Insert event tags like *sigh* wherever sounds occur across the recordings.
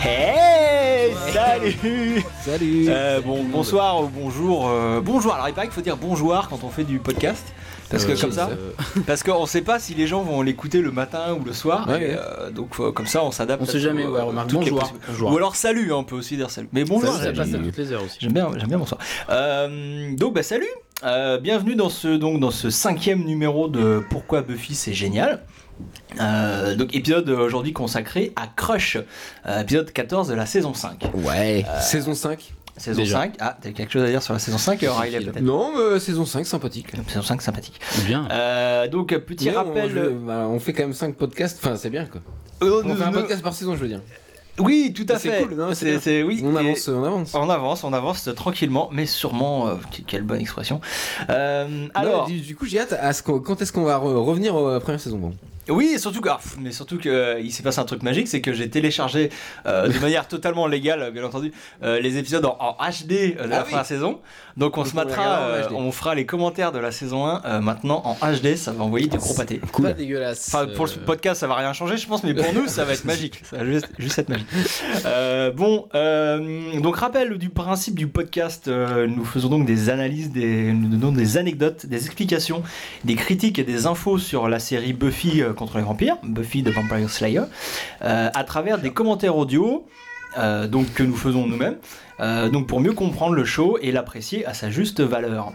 Hey Salut Salut Euh, bon, Bonsoir ou bonjour. euh, bonjour, alors il paraît qu'il faut dire bonjour quand on fait du podcast. Parce que Euh, comme ça, euh, parce qu'on sait pas si les gens vont l'écouter le matin ou le soir. Ouais, et, ouais. euh, donc euh, comme ça, on s'adapte. On sait à jamais, tout, ouais, euh, remarque. toutes les Bonjour. possibilités. Bonjour. Ou alors salut, hein, on peut aussi dire salut. Mais bonjour, Ça j'aime passe à bien- toutes les heures aussi. j'aime bien, j'aime bien bonsoir. Euh, donc bah salut, Euh, bienvenue dans ce donc dans ce cinquième numéro de Pourquoi Buffy c'est génial. Euh, donc épisode euh, aujourd'hui consacré à Crush, euh, épisode 14 de la saison 5. Ouais. Saison 5 Saison Déjà. 5, ah t'as quelque chose à dire sur la saison 5 euh, Riley peut-être Non, mais saison 5, sympathique. Saison 5 sympathique. Bien. Euh, donc petit Mais on- rappel. je- bah, on fait quand même 5 podcasts, enfin c'est bien quoi. Euh, On nous- fait un nous- podcast par saison, je veux dire. Oui, tout à C'est fait. cool, non, c'est C'est- bien. c'est- oui, On et- Oh. avance, on avance. On avance, on avance tranquillement, mais sûrement. euh, que- quelle bonne expression. Euh, Non, alors, du, du coup, j'ai hâte à ce qu'on- quand est-ce qu'on va re- revenir à la première saison. Bon. oui, et surtout que, ah, pff, mais surtout que euh, il s'est passé un truc magique, c'est que j'ai téléchargé euh, *laughs* de manière totalement légale, bien entendu, euh, les épisodes en, en HD euh, de la Ah oui. première saison. Donc on Donc se on les mettra, regardera en euh, HD. on fera les commentaires de la saison 1 euh, maintenant en HD. Ça va envoyer du gros pâté. Pas dégueulasse. Enfin, pour le Euh, podcast, ça va rien changer, je pense, mais pour nous, ça va être magique. *laughs* Ça va juste, juste être magique. *laughs* Euh, bon, euh, donc rappel du principe du podcast. euh, nous faisons donc des analyses, des, nous donnons des anecdotes, des explications, des critiques et des infos sur la série Buffy euh, contre les vampires, Buffy de Vampire Slayer, euh, à travers des commentaires audio. euh, donc que nous faisons nous-mêmes, Euh, donc pour mieux comprendre le show et l'apprécier à sa juste valeur.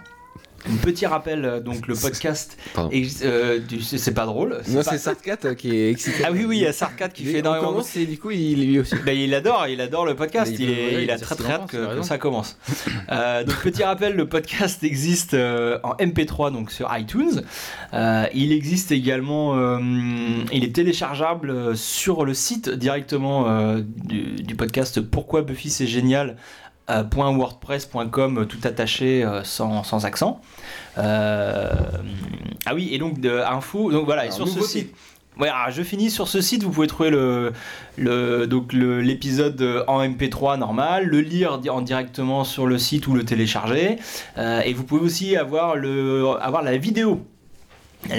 Un petit rappel, euh, donc le podcast, Pardon. ex- euh, du- c'est c'est pas drôle, Non, pas- c'est Sartcat euh, qui est excité. ah oui, oui, il y a Sarkat *laughs* qui Il- fait on énormément. commence et du coup, il lui aussi. Ben, il adore, il adore le podcast. Mais Il, il veut- est- ouais, il a il très s'y très hâte avance, que, t'as que raison. ça commence. Euh, donc petit rappel, le podcast existe euh, en MP3 donc sur iTunes. Euh, il existe également, euh, il est téléchargeable euh, sur le site directement euh, du, du podcast Pourquoi Buffy c'est génial. euh, point .wordpress.com euh, tout attaché euh, sans, sans accent. Euh, ah oui et donc de info donc voilà et Alors, sur ce nouveau site Ouais, alors, je finis sur ce site. Vous pouvez trouver le, le donc le- l'épisode euh, en MP3 normal, le lire di- en directement sur le site ou le télécharger, Euh, et vous pouvez aussi avoir le avoir la vidéo,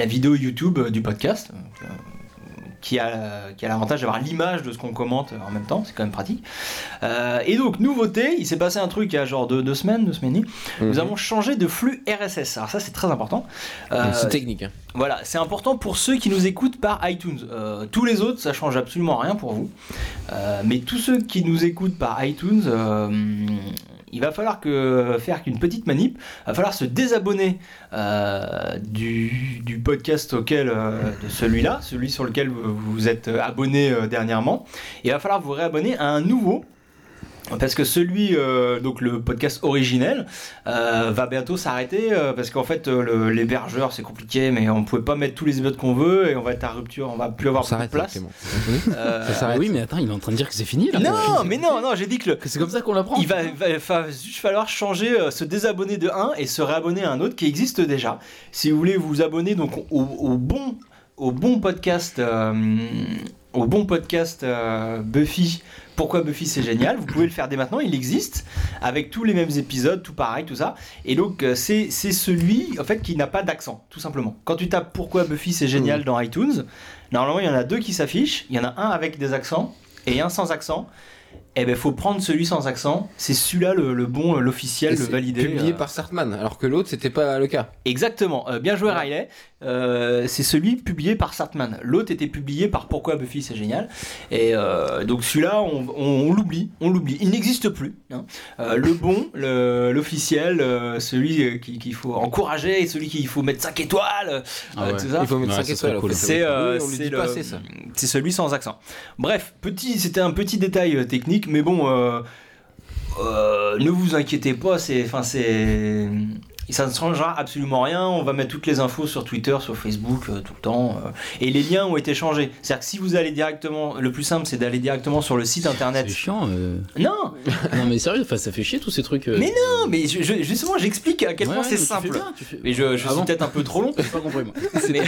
la vidéo YouTube euh, du podcast. euh, Qui a, qui a l'avantage d'avoir l'image de ce qu'on commente en même temps, c'est quand même pratique. Euh, et donc, nouveauté, il s'est passé un truc il y a genre deux, deux semaines, deux semaines et demie. Nous avons changé de flux RSS. Alors, ça, c'est très important. Euh, C'est technique. hein. voilà, c'est important pour ceux qui nous écoutent par iTunes. Euh, tous les autres, ça change absolument rien pour vous. Euh, mais tous ceux qui nous écoutent par iTunes, euh, il va falloir que, faire une petite manip. Il va falloir se désabonner euh, du, du podcast auquel, euh, de celui-là, celui sur lequel vous vous êtes abonné euh, dernièrement. Et il va falloir vous réabonner à un nouveau. Parce que celui, euh, donc le podcast originel, euh, va bientôt s'arrêter euh, parce qu'en fait euh, le- l'hébergeur c'est compliqué mais on pouvait pas mettre tous les épisodes qu'on veut et on va être à rupture, on va plus On avoir beaucoup de s'arrête. là, place. Clément. Euh, Ça Ah s'arrête. oui, mais attends, il est en train de dire que c'est fini là. non mais non non j'ai dit que le- Que C'est comme ça qu'on l'apprend. il va, va- fa- juste falloir changer, euh, se désabonner de un et se réabonner à un autre qui existe déjà. Si vous voulez vous abonner donc au, au bon au bon podcast euh, au bon podcast euh, Buffy. Pourquoi Buffy c'est génial Vous pouvez le faire dès maintenant, il existe avec tous les mêmes épisodes, tout pareil, tout ça. Et donc euh, c'est c'est celui en fait qui n'a pas d'accent, tout simplement. Quand tu tapes Pourquoi Buffy c'est génial dans iTunes, normalement il y en a deux qui s'affichent. Il y en a un avec des accents et un sans accent. Eh ben faut prendre celui sans accent. C'est celui-là le, le bon, euh, l'officiel, Et le c'est validé. Publié euh. par Sartman, alors que l'autre, c'était pas le cas. Exactement. Euh, bien joué Riley. Euh, c'est celui publié par Sartman. L'autre était publié par Pourquoi Buffy c'est génial. Et euh, donc celui-là on, on- on l'oublie, on l'oublie. Il n'existe plus. hein. Euh, le bon, le- l'officiel, euh, celui euh, qui- qu'il faut encourager et celui qu'il faut mettre 5 étoiles. euh, Ah ouais. tout ça. Il faut mettre Ouais, 5 ça étoiles. serait cool. en fait. C'est euh, Oui, on lui c'est dit le- pas assez, ça. c'est celui sans accent. Bref, petit, c'était un petit détail euh, technique, mais bon, euh, euh, ne vous inquiétez pas, c'est, enfin c'est, ça ne changera absolument rien. On va mettre toutes les infos sur Twitter, sur Facebook, euh, tout le temps, euh, et les liens ont été changés. C'est-à-dire que si vous allez directement, le plus simple, c'est d'aller directement sur le site internet. C'est chiant. euh. Non, non mais sérieux, enfin, ça fait chier tous ces trucs. euh. Mais non, mais je- je- justement, j'explique à quel Ouais, point ouais, c'est mais tu fais simple. bien, tu fais- Mais je, je Ah suis bon peut-être un peu trop long. J'ai pas compris moi. Mais-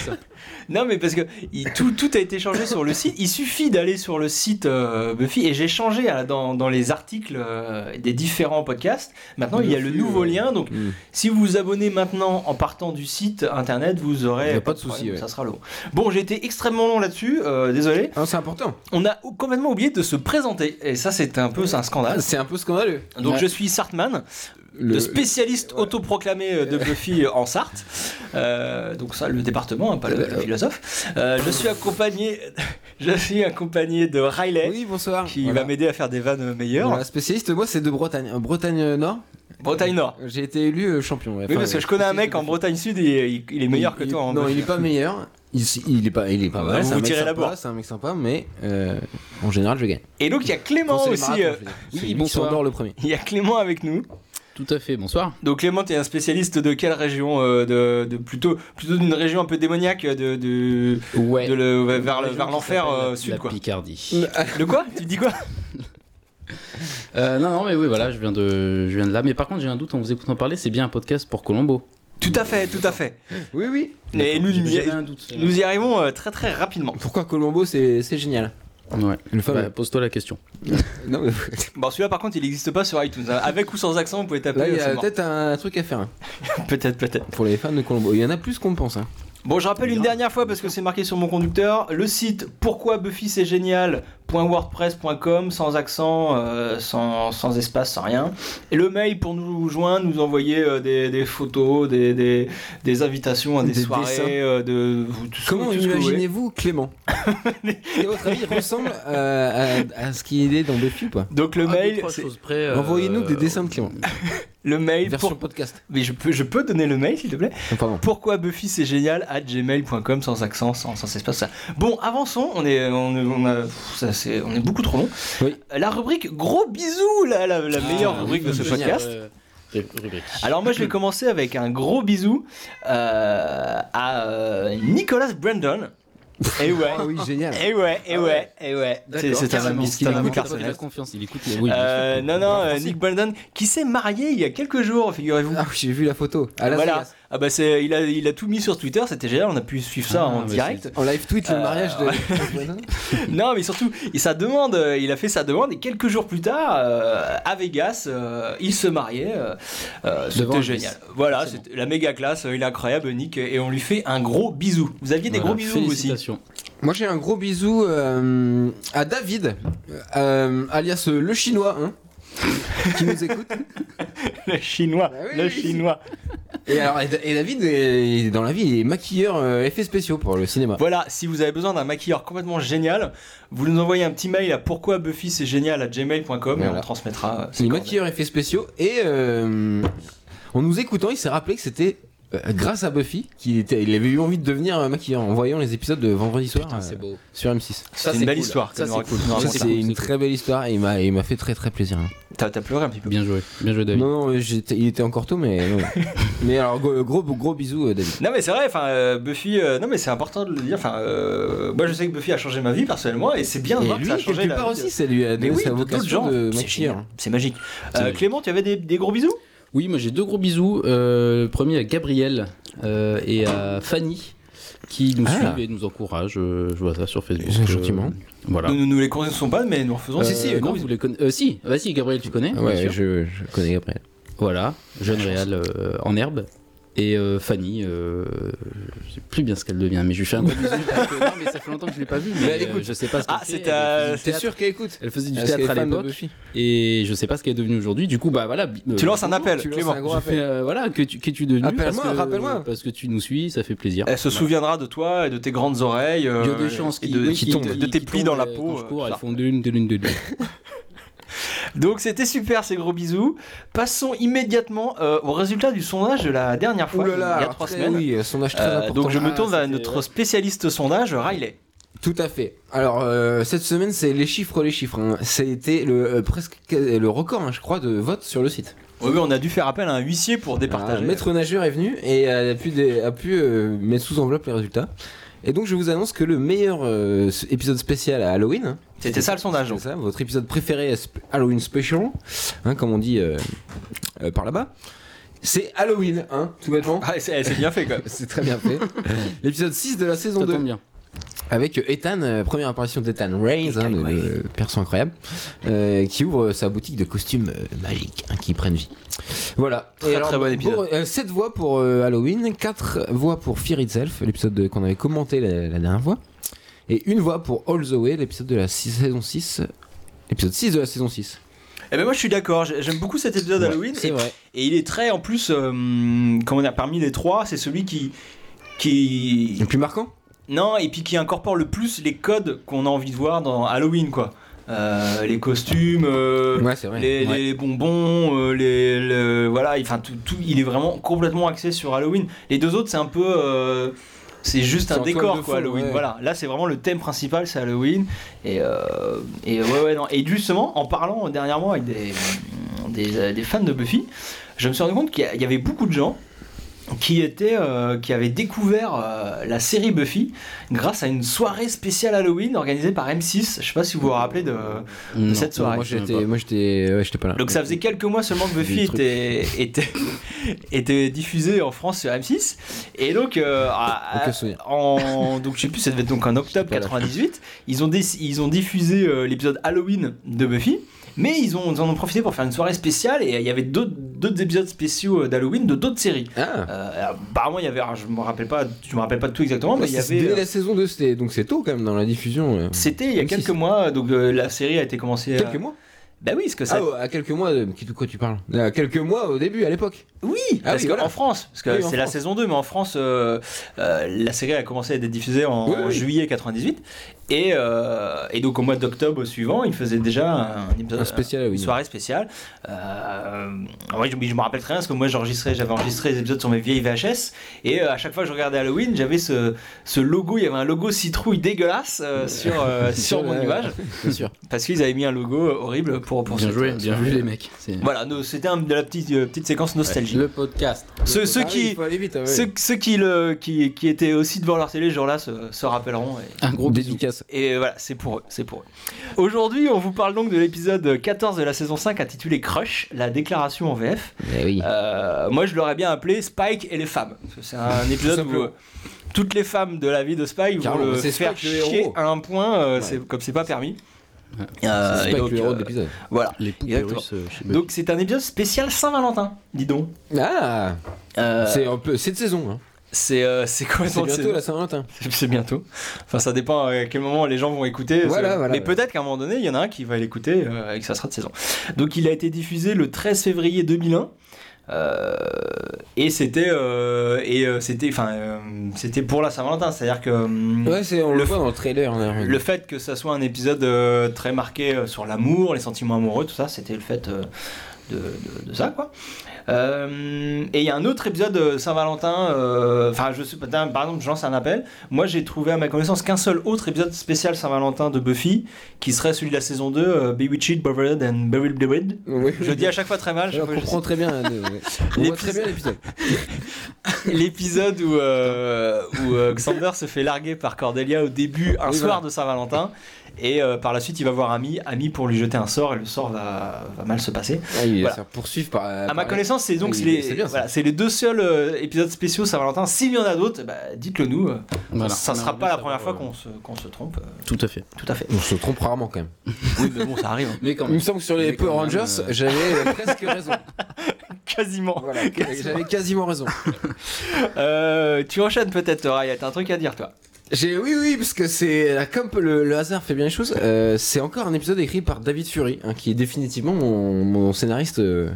non, mais parce que il- tout, tout a été changé sur le site. Il suffit d'aller sur le site euh, Buffy et j'ai changé euh, dans, dans les articles euh, des différents podcasts. Maintenant, il y a le Buffy, nouveau euh, lien. Donc, Mm. si vous vous abonnez maintenant en partant du site internet, vous aurez. Y a pas de souci, problème, ouais. Ça sera long. Bon, j'ai été extrêmement long là-dessus, euh, désolé. Ah, c'est important. On a ou- complètement oublié de se présenter. Et ça, c'est un peu c'est un scandale. Ah, C'est un peu scandaleux. Donc, Ouais. je suis Sartman, le, spécialiste autoproclamé euh, de Buffy en Sarthe. Euh, donc, ça, le département, hein, pas le, le philosophe. Euh, je suis accompagné. *laughs* Je suis accompagné de Riley. Oui, bonsoir. Qui Voilà. va m'aider à faire des vannes meilleures. Voilà, spécialiste, moi c'est de Bretagne. En Bretagne euh, Nord, Bretagne Nord. j'ai été élu euh, champion. Oui, parce que je connais un mec en Bretagne Sud et il, il est meilleur que toi hein, en Non, Buffy. il est pas meilleur. Il, il est pas, il est pas mal. Vous c'est un vous mec tirez la sympa, bourre. C'est un mec sympa, mais euh, en général, je gagne. Et donc il y a Clément Quand c'est les aussi. marathons, euh, je veux dire. oui, Celui qui bonsoir. s'endort le premier. Il y a Clément avec nous. Tout à fait, bonsoir. Donc Clément, tu es un spécialiste de quelle région euh, de, de- plutôt plutôt d'une région un peu démoniaque euh, de, de, Ouais. de le- vers le- Région vers qui l'enfer s'appelle euh, la- sud la quoi. Picardie. De quoi Tu dis quoi Euh, non, non, mais oui, voilà, je viens de, je viens de là. Mais par contre, j'ai un doute en vous écoutant parler. C'est bien un podcast pour Colombo. Tout à fait, tout à fait. Oui, oui. Et nous, J'ai- nous j'avais y- un doute. nous y arrivons euh, très très rapidement. Pourquoi Colombo, c'est c'est génial. Ouais. Une femme. Bah, Pose-toi la question. Non, mais- Bon, celui-là par contre, il n'existe pas sur iTunes. hein. Avec ou sans accent, vous pouvez taper. Là, il euh, y c'est a mort. peut-être un truc à faire hein, peut-être, peut-être. pour les fans de Colombo. Il y en a plus qu'on pense. hein. Bon, je rappelle une dernière fois parce que c'est marqué sur mon conducteur, le site pourquoi Buffy c'est génial.wordpress.com sans accent, euh, sans, sans espace, sans rien. Et le mail pour nous joindre, nous envoyer euh, des, des photos, des, des, des invitations à des, Des dessins. soirées, euh, de vous- tout ce que- tout Comment ce que vous voulez. imaginez-vous *laughs* Clément Et votre avis ressemble euh, à, à ce qu'il est dans Buffy ou pas Donc le Ah, deux, mail, trois c'est- choses près, euh, Envoyez-nous des dessins de Clément. le mail Version pour... podcast. mais je peux je peux donner le mail s'il te plaît. Ah, pardon. Pourquoi Buffy c'est génial à gmail.com sans accent, sans, sans espace. ça. Bon, avançons, on est, on, est- on a, pff, ça, c'est- on est beaucoup trop long. Oui. La rubrique gros bisous, la, la, la meilleure Ah, rubrique de ce génial. podcast. Euh, ré- rubrique. Ah, Alors moi je vais commencer avec un gros bisou euh, à euh, Nicolas Brandon. Et ouais, Ah oui, génial. et ouais, et Ah ouais, et ouais. C'est- C'est un ami, c'est un ami Il a personnel. confiance, il écoute. Oui, Euh, non, non, euh, Merci. Nick Brandon qui s'est marié il y a quelques jours, figurez-vous. Ah, oui, j'ai vu la photo. À Las voilà. Vegas. Ah bah c'est, il a, il a tout mis sur Twitter, c'était génial, on a pu suivre ça Ah, en bah, direct. En live tweet, Euh, le mariage de. Non, mais surtout, il- sa demande, euh, il a fait sa demande et quelques jours plus tard, euh, à Vegas, euh, il se mariait. euh, euh, Devant c'était Elvis. génial. Voilà, Forcément. c'était la méga classe, euh, il est incroyable, Nick, et on lui fait un gros bisou. Vous aviez des gros bisous vous aussi. *laughs* Moi, j'ai un gros bisou euh, à David, euh, alias euh, le chinois, hein, qui nous écoute. *laughs* Le chinois, Ah oui, le oui. chinois. Et, alors, et, et David, est- est dans la vie, il est maquilleur euh, effets spéciaux pour le cinéma. Voilà, si vous avez besoin d'un maquilleur complètement génial, vous nous envoyez un petit mail à pourquoi Buffy c'est génial à gmail.com et on Voilà. transmettra. euh, ses Il est coordonnées. maquilleur effets spéciaux et euh, en nous écoutant, il s'est rappelé que c'était euh, grâce à Buffy qu'il était, il avait eu envie de devenir euh, maquilleur en voyant les épisodes de vendredi soir euh, c'est beau. sur M6. C'est une belle histoire. Ça, que nous c'est cool. raconte- non, Ça, c'est c'est ça. une très belle histoire et il m'a il m'a fait très très plaisir. hein. T'as t'as pleuré un petit peu. Bien joué. Bien joué, David. Non, non, j'étais- il était encore tôt, mais *laughs* non. mais alors gros gros, gros bisous euh, David. Non mais c'est vrai, enfin euh, Buffy, euh, non mais c'est important de le dire. Enfin, euh, moi je sais que Buffy a changé ma vie personnellement et c'est bien de Et voir que ça a lui changé quelque la part vie. aussi, ça lui a Mais donné oui, sa d'autres vocation gens, de hein. c'est maquilleur. génial, c'est magique. C'est Euh, magique. Clément, tu avais des, des gros bisous Oui, moi j'ai deux gros bisous. Euh, le premier à Gabriel euh, et à Fanny qui nous Ah. suivent et nous encouragent. Euh, je vois ça sur Facebook. Euh, C'est gentiment. Voilà. Nous, nous les connaissons pas, mais nous refaisons. Euh, si, si, gros Bah. non, bisous. vous les conna- euh, si, vas-y, Gabriel, tu connais. Ah bien Ouais, sûr. je, je connais Gabriel. Voilà, jeune réal euh, en herbe. Et euh, Fanny, euh, je sais plus bien ce qu'elle devient, mais je lui fais un gros bisou. parce que- non, mais ça fait longtemps que je l'ai pas vue. Mais Bah, écoute. euh, je sais pas ce qu'elle Ah, fait. c'est, Elle euh, faisait du T'es théâtre- sûr qu'elle écoute Elle faisait du Parce qu'elle est théâtre à fan de l'époque. Buffy. Et je sais pas ce qu'elle est devenue aujourd'hui. Du coup, bah voilà. euh, Tu lances un appel, tu lances Clément. un gros Je fais, euh, voilà, que tu, que tu es devenu Rappelle-moi, parce que- rappelle-moi. Parce que tu nous suis, ça fait plaisir. Elle se souviendra de toi et de tes grandes oreilles. euh, Il y a des chances et qui, de, oui, qui qui- tombent, qui- de tes qui plis tombent, dans la euh, peau. Quand je euh, cours, elles ça. font de l'une, de l'une, de l'une. Donc c'était super ces gros bisous. Passons immédiatement euh, au résultat du sondage de la dernière fois, Ouh là là, il y a alors, trois très- semaines. Oui, son âge très Euh, important. donc je me Ah, tourne vers c'était- notre ouais. spécialiste sondage, Riley. Tout à fait. Alors euh, cette semaine, c'est les chiffres, les chiffres. hein. C'était le euh, presque le record, hein, je crois, de votes sur le site. Oui, oui, on a dû faire appel à un huissier pour départager. Ah, maître nageur est venu et a pu, dé- a pu euh, mettre sous enveloppe les résultats. Et donc je vous annonce que le meilleur euh, s- épisode spécial à Halloween, hein, C'était ça le sondage. c'est donc. ça, votre épisode préféré à sp- Halloween Special, hein, comme on dit euh, euh, par là-bas, c'est Halloween, hein, tout bêtement. *laughs* Ah, c'est c'est bien eh, fait quand même. C'est très bien fait. L'épisode 6 de la saison Ça 2. tombe bien. avec Ethan, euh, première apparition d'Ethan Ah, Reigns, hein, le, le perso incroyable, euh, qui ouvre sa boutique de costumes euh, magiques hein, qui prennent vie. Voilà. Très, très bon épisode. 7 voix pour euh, Halloween, 4 voix pour Fear Itself, l'épisode de- qu'on avait commenté la, la dernière fois, et une voix pour All the Way, l'épisode de la six- saison 6. Épisode 6 de la saison 6. Eh ben moi je suis d'accord, j'ai- j'aime beaucoup cet épisode d'Halloween C'est et, vrai. et il est très en plus euh, comment dire parmi les trois, c'est celui qui qui Le plus marquant non et puis qui incorpore le plus les codes qu'on a envie de voir dans Halloween quoi. Euh, les costumes, euh, Ouais, c'est vrai. les, Ouais. les bonbons, euh, les le- voilà, enfin tout, tout, il est vraiment complètement axé sur Halloween. Les deux autres c'est un peu euh, c'est juste C'est un en toile décor de quoi fond, Halloween. ouais. Voilà, là c'est vraiment le thème principal c'est Halloween et euh, et ouais ouais non et justement en parlant dernièrement avec des des, euh, des fans de Buffy, je me suis rendu compte qu'il y a- il y avait beaucoup de gens qui étaient euh, qui avaient découvert euh, la série Buffy grâce à une soirée spéciale Halloween organisée par M6. Je sais pas si vous vous rappelez de Non, cette soirée. Moi je sais j'étais, pas. moi j'étais, ouais, j'étais pas là. donc ça faisait quelques mois seulement que Buffy Des trucs. était, était, était diffusée en France sur M6. Et donc, euh, à- Aucun souvenir. en, donc je sais plus, ça devait être donc en octobre pas là. 98, ils ont, dé- ils ont diffusé euh, l'épisode Halloween de Buffy. Mais ils, ont, ils en ont profité pour faire une soirée spéciale et il y avait d'autres d'autres épisodes spéciaux euh, d'Halloween de d'autres séries. Ah. Euh, apparemment, il y avait, je me rappelle pas, je me rappelle pas de tout exactement, mais il y C'est- avait. dès euh, la saison 2, c'était donc c'est tôt quand même dans la diffusion. euh. C'était il y a M6. quelques mois, donc euh, la série a été commencée. Quelques euh, mois Bah oui, parce que ça. Ah, ouais, à quelques mois, euh, de qui- de quoi tu parles À quelques mois au début, à l'époque. Oui, Ah parce oui, qu'en voilà. France, parce que Oui, en c'est la France. saison 2, mais en France, euh, euh, la série a commencé à être diffusée en, Oui, en oui. juillet 98. Et, euh, et donc au mois d'octobre suivant, il faisait déjà un épisode, Un spécial, une oui. soirée spéciale. Euh, ouais, je, je me rappelle très bien parce que moi j'enregistrais, j'avais enregistré les épisodes sur mes vieilles VHS et euh, à chaque fois que je regardais Halloween, j'avais ce, ce logo, il y avait un logo citrouille dégueulasse euh, sur, *laughs* euh, sur mon Ouais. image Bien sûr. parce qu'ils avaient mis un logo horrible pour, pour Bien cette- euh, joué, bien joué les mecs. C'est- Voilà, nous- c'était un- de la petite, euh, petite séquence nostalgie. Le podcast. Ceux, ceux Ah oui, qui, il faut aller vite, ah ouais. ceux, ceux qui, le, qui, qui étaient aussi devant leur télé ce jour-là se, se rappelleront. Un gros bisou. dédicace. Et, et voilà, c'est pour eux. C'est pour eux. Aujourd'hui, on vous parle donc de l'épisode 14 de la saison 5 intitulé Crush, la déclaration en VF. Eh oui. Euh, moi, je l'aurais bien appelé Spike et les femmes. Parce que C'est un épisode où simplement. euh, toutes les femmes de la vie de Spike Carrément, vont le c'est faire Spike le chier héros. à un point, euh, Ouais. c'est, comme c'est pas permis. Ouais. Euh, c'est et pas donc, le héros euh, de l'épisode. voilà. Les poupées Exactement. russes euh, chez Buffy. Donc c'est un épisode spécial Saint-Valentin, dis donc. Ah Euh, C'est un peu cette saison. hein. c'est, euh, c'est C'est complètement bientôt la Saint-Valentin. *laughs* C'est- C'est bientôt. Enfin, ça dépend euh, à quel moment les gens vont écouter. Voilà, C'est- voilà. Mais peut-être qu'à un moment donné, il y en a un qui va l'écouter euh, et que ça sera de saison. Donc, il a été diffusé le 13 février 2001. Euh, et c'était euh, et euh, c'était enfin euh, c'était pour la Saint-Valentin c'est-à-dire que hum, Ouais, c'est on Le le, f- voit dans le trailer. hein. le fait que ça soit un épisode euh, très marqué euh, sur l'amour, les sentiments amoureux, tout ça, c'était le fait euh, de, de- de ça, quoi. Euh, et il y a un autre épisode euh, Saint-Valentin, euh, enfin, je sais pas, tiens, par exemple, je lance un appel. Moi, j'ai trouvé à ma connaissance qu'un seul autre épisode spécial Saint-Valentin de Buffy, qui serait celui de la saison 2, euh, Bewitched, Bothered and Beryl Blewed. Oui. Je le dis à chaque fois très mal. chaque Alors, fois on que je comprend très bien. hein, de- on voit très bien l'épisode. L'épisode où, euh, où euh, Xander se fait larguer par Cordelia au début, un Oui, soir voilà. de Saint-Valentin. Et euh, par la suite, il va voir Ami, Ami pour lui jeter un sort, et le sort va, va mal se passer. Ah, il Voilà. va se poursuivre par. à ma connaissance, c'est donc Oui, les, c'est bien, ça. voilà, c'est les deux seuls euh, épisodes spéciaux Saint-Valentin. S'il y en a d'autres, bah, dites-le nous. euh, Voilà. Ça ne On sera aimerait pas la savoir, première fois euh, qu'on se, qu'on se trompe. euh, Tout à fait. tout à fait. On se trompe rarement quand même. Oui, mais bon, ça arrive. hein. Mais quand Il me même. semble que sur les les Mais Power Power quand même, Rangers, Rangers, euh, j'avais *laughs* presque raison. *laughs* Quasiment. J'avais quasiment raison. Euh, tu enchaînes peut-être, Raya. T'as un truc à dire, toi. J'ai oui oui parce que c'est là, comme le, le hasard fait bien les choses. euh, c'est encore un épisode écrit par David Fury hein, qui est définitivement mon, mon scénariste euh,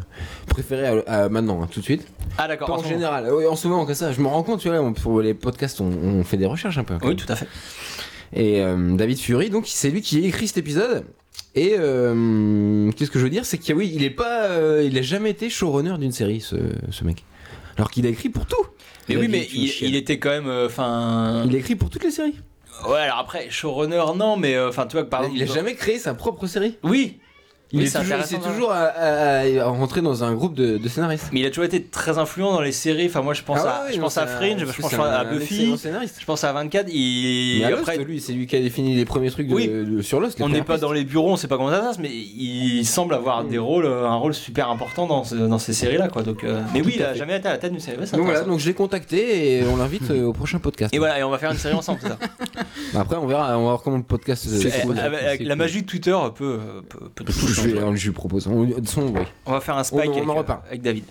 préféré à, à maintenant hein, tout de suite. Ah, d'accord. Pas en en ce général, oui, en ce moment comme ça. Je me rends compte tu vois on- pour les podcasts on, on fait des recherches un peu. moment. Oui, tout à fait. Et euh, David Fury donc c'est lui qui a écrit cet épisode. Et euh, qu'est-ce que je veux dire c'est que oui il est pas euh, il a jamais été showrunner d'une série ce, ce mec. Alors qu'il a écrit pour tout. Mais La oui, vie mais est une il, chienne. il était quand même. euh, Enfin. il a écrit pour toutes les séries. Ouais, alors après, showrunner, non, mais euh, enfin, tu vois que par il a exemple. jamais créé sa propre série. Oui, Il Oui, est c'est toujours, il intéressant, s'est hein. toujours à, à- à rentrer dans un groupe de, de scénaristes. Mais il a toujours été très influent dans les séries. Enfin, moi, je pense Ah à, ouais, je non, pense c'est à un- Fringe, je c'est pense un- à un excellent Buffy, scénariste. je pense à 24. Et, Mais à Lost, après, lui, c'est lui qui a défini les premiers trucs de, Oui. de- sur Lost. les on n'est premières pas dans les bureaux, on sait pas comment ça se passe, mais il semble Hmm. avoir des rôles, euh, un rôle super important dans, ce- dans ces séries-là, quoi. Donc, euh, mais oui, il a jamais été à la tête d'une série. Ouais, c'est Donc voilà, intéressant. donc je l'ai contacté et on l'invite euh, au prochain podcast. Hmm. Bah, Et voilà, et on va faire une série ensemble, *laughs* c'est ça. Après, on verra, on va voir comment le podcast se Eh, se pose. avec- avec c'est la cool. magie de Twitter peut, euh, peut, peut tout Je changer. vais, on- je lui propose. On, de son, oui. On va faire un spike On- on en avec, repart. euh, avec David.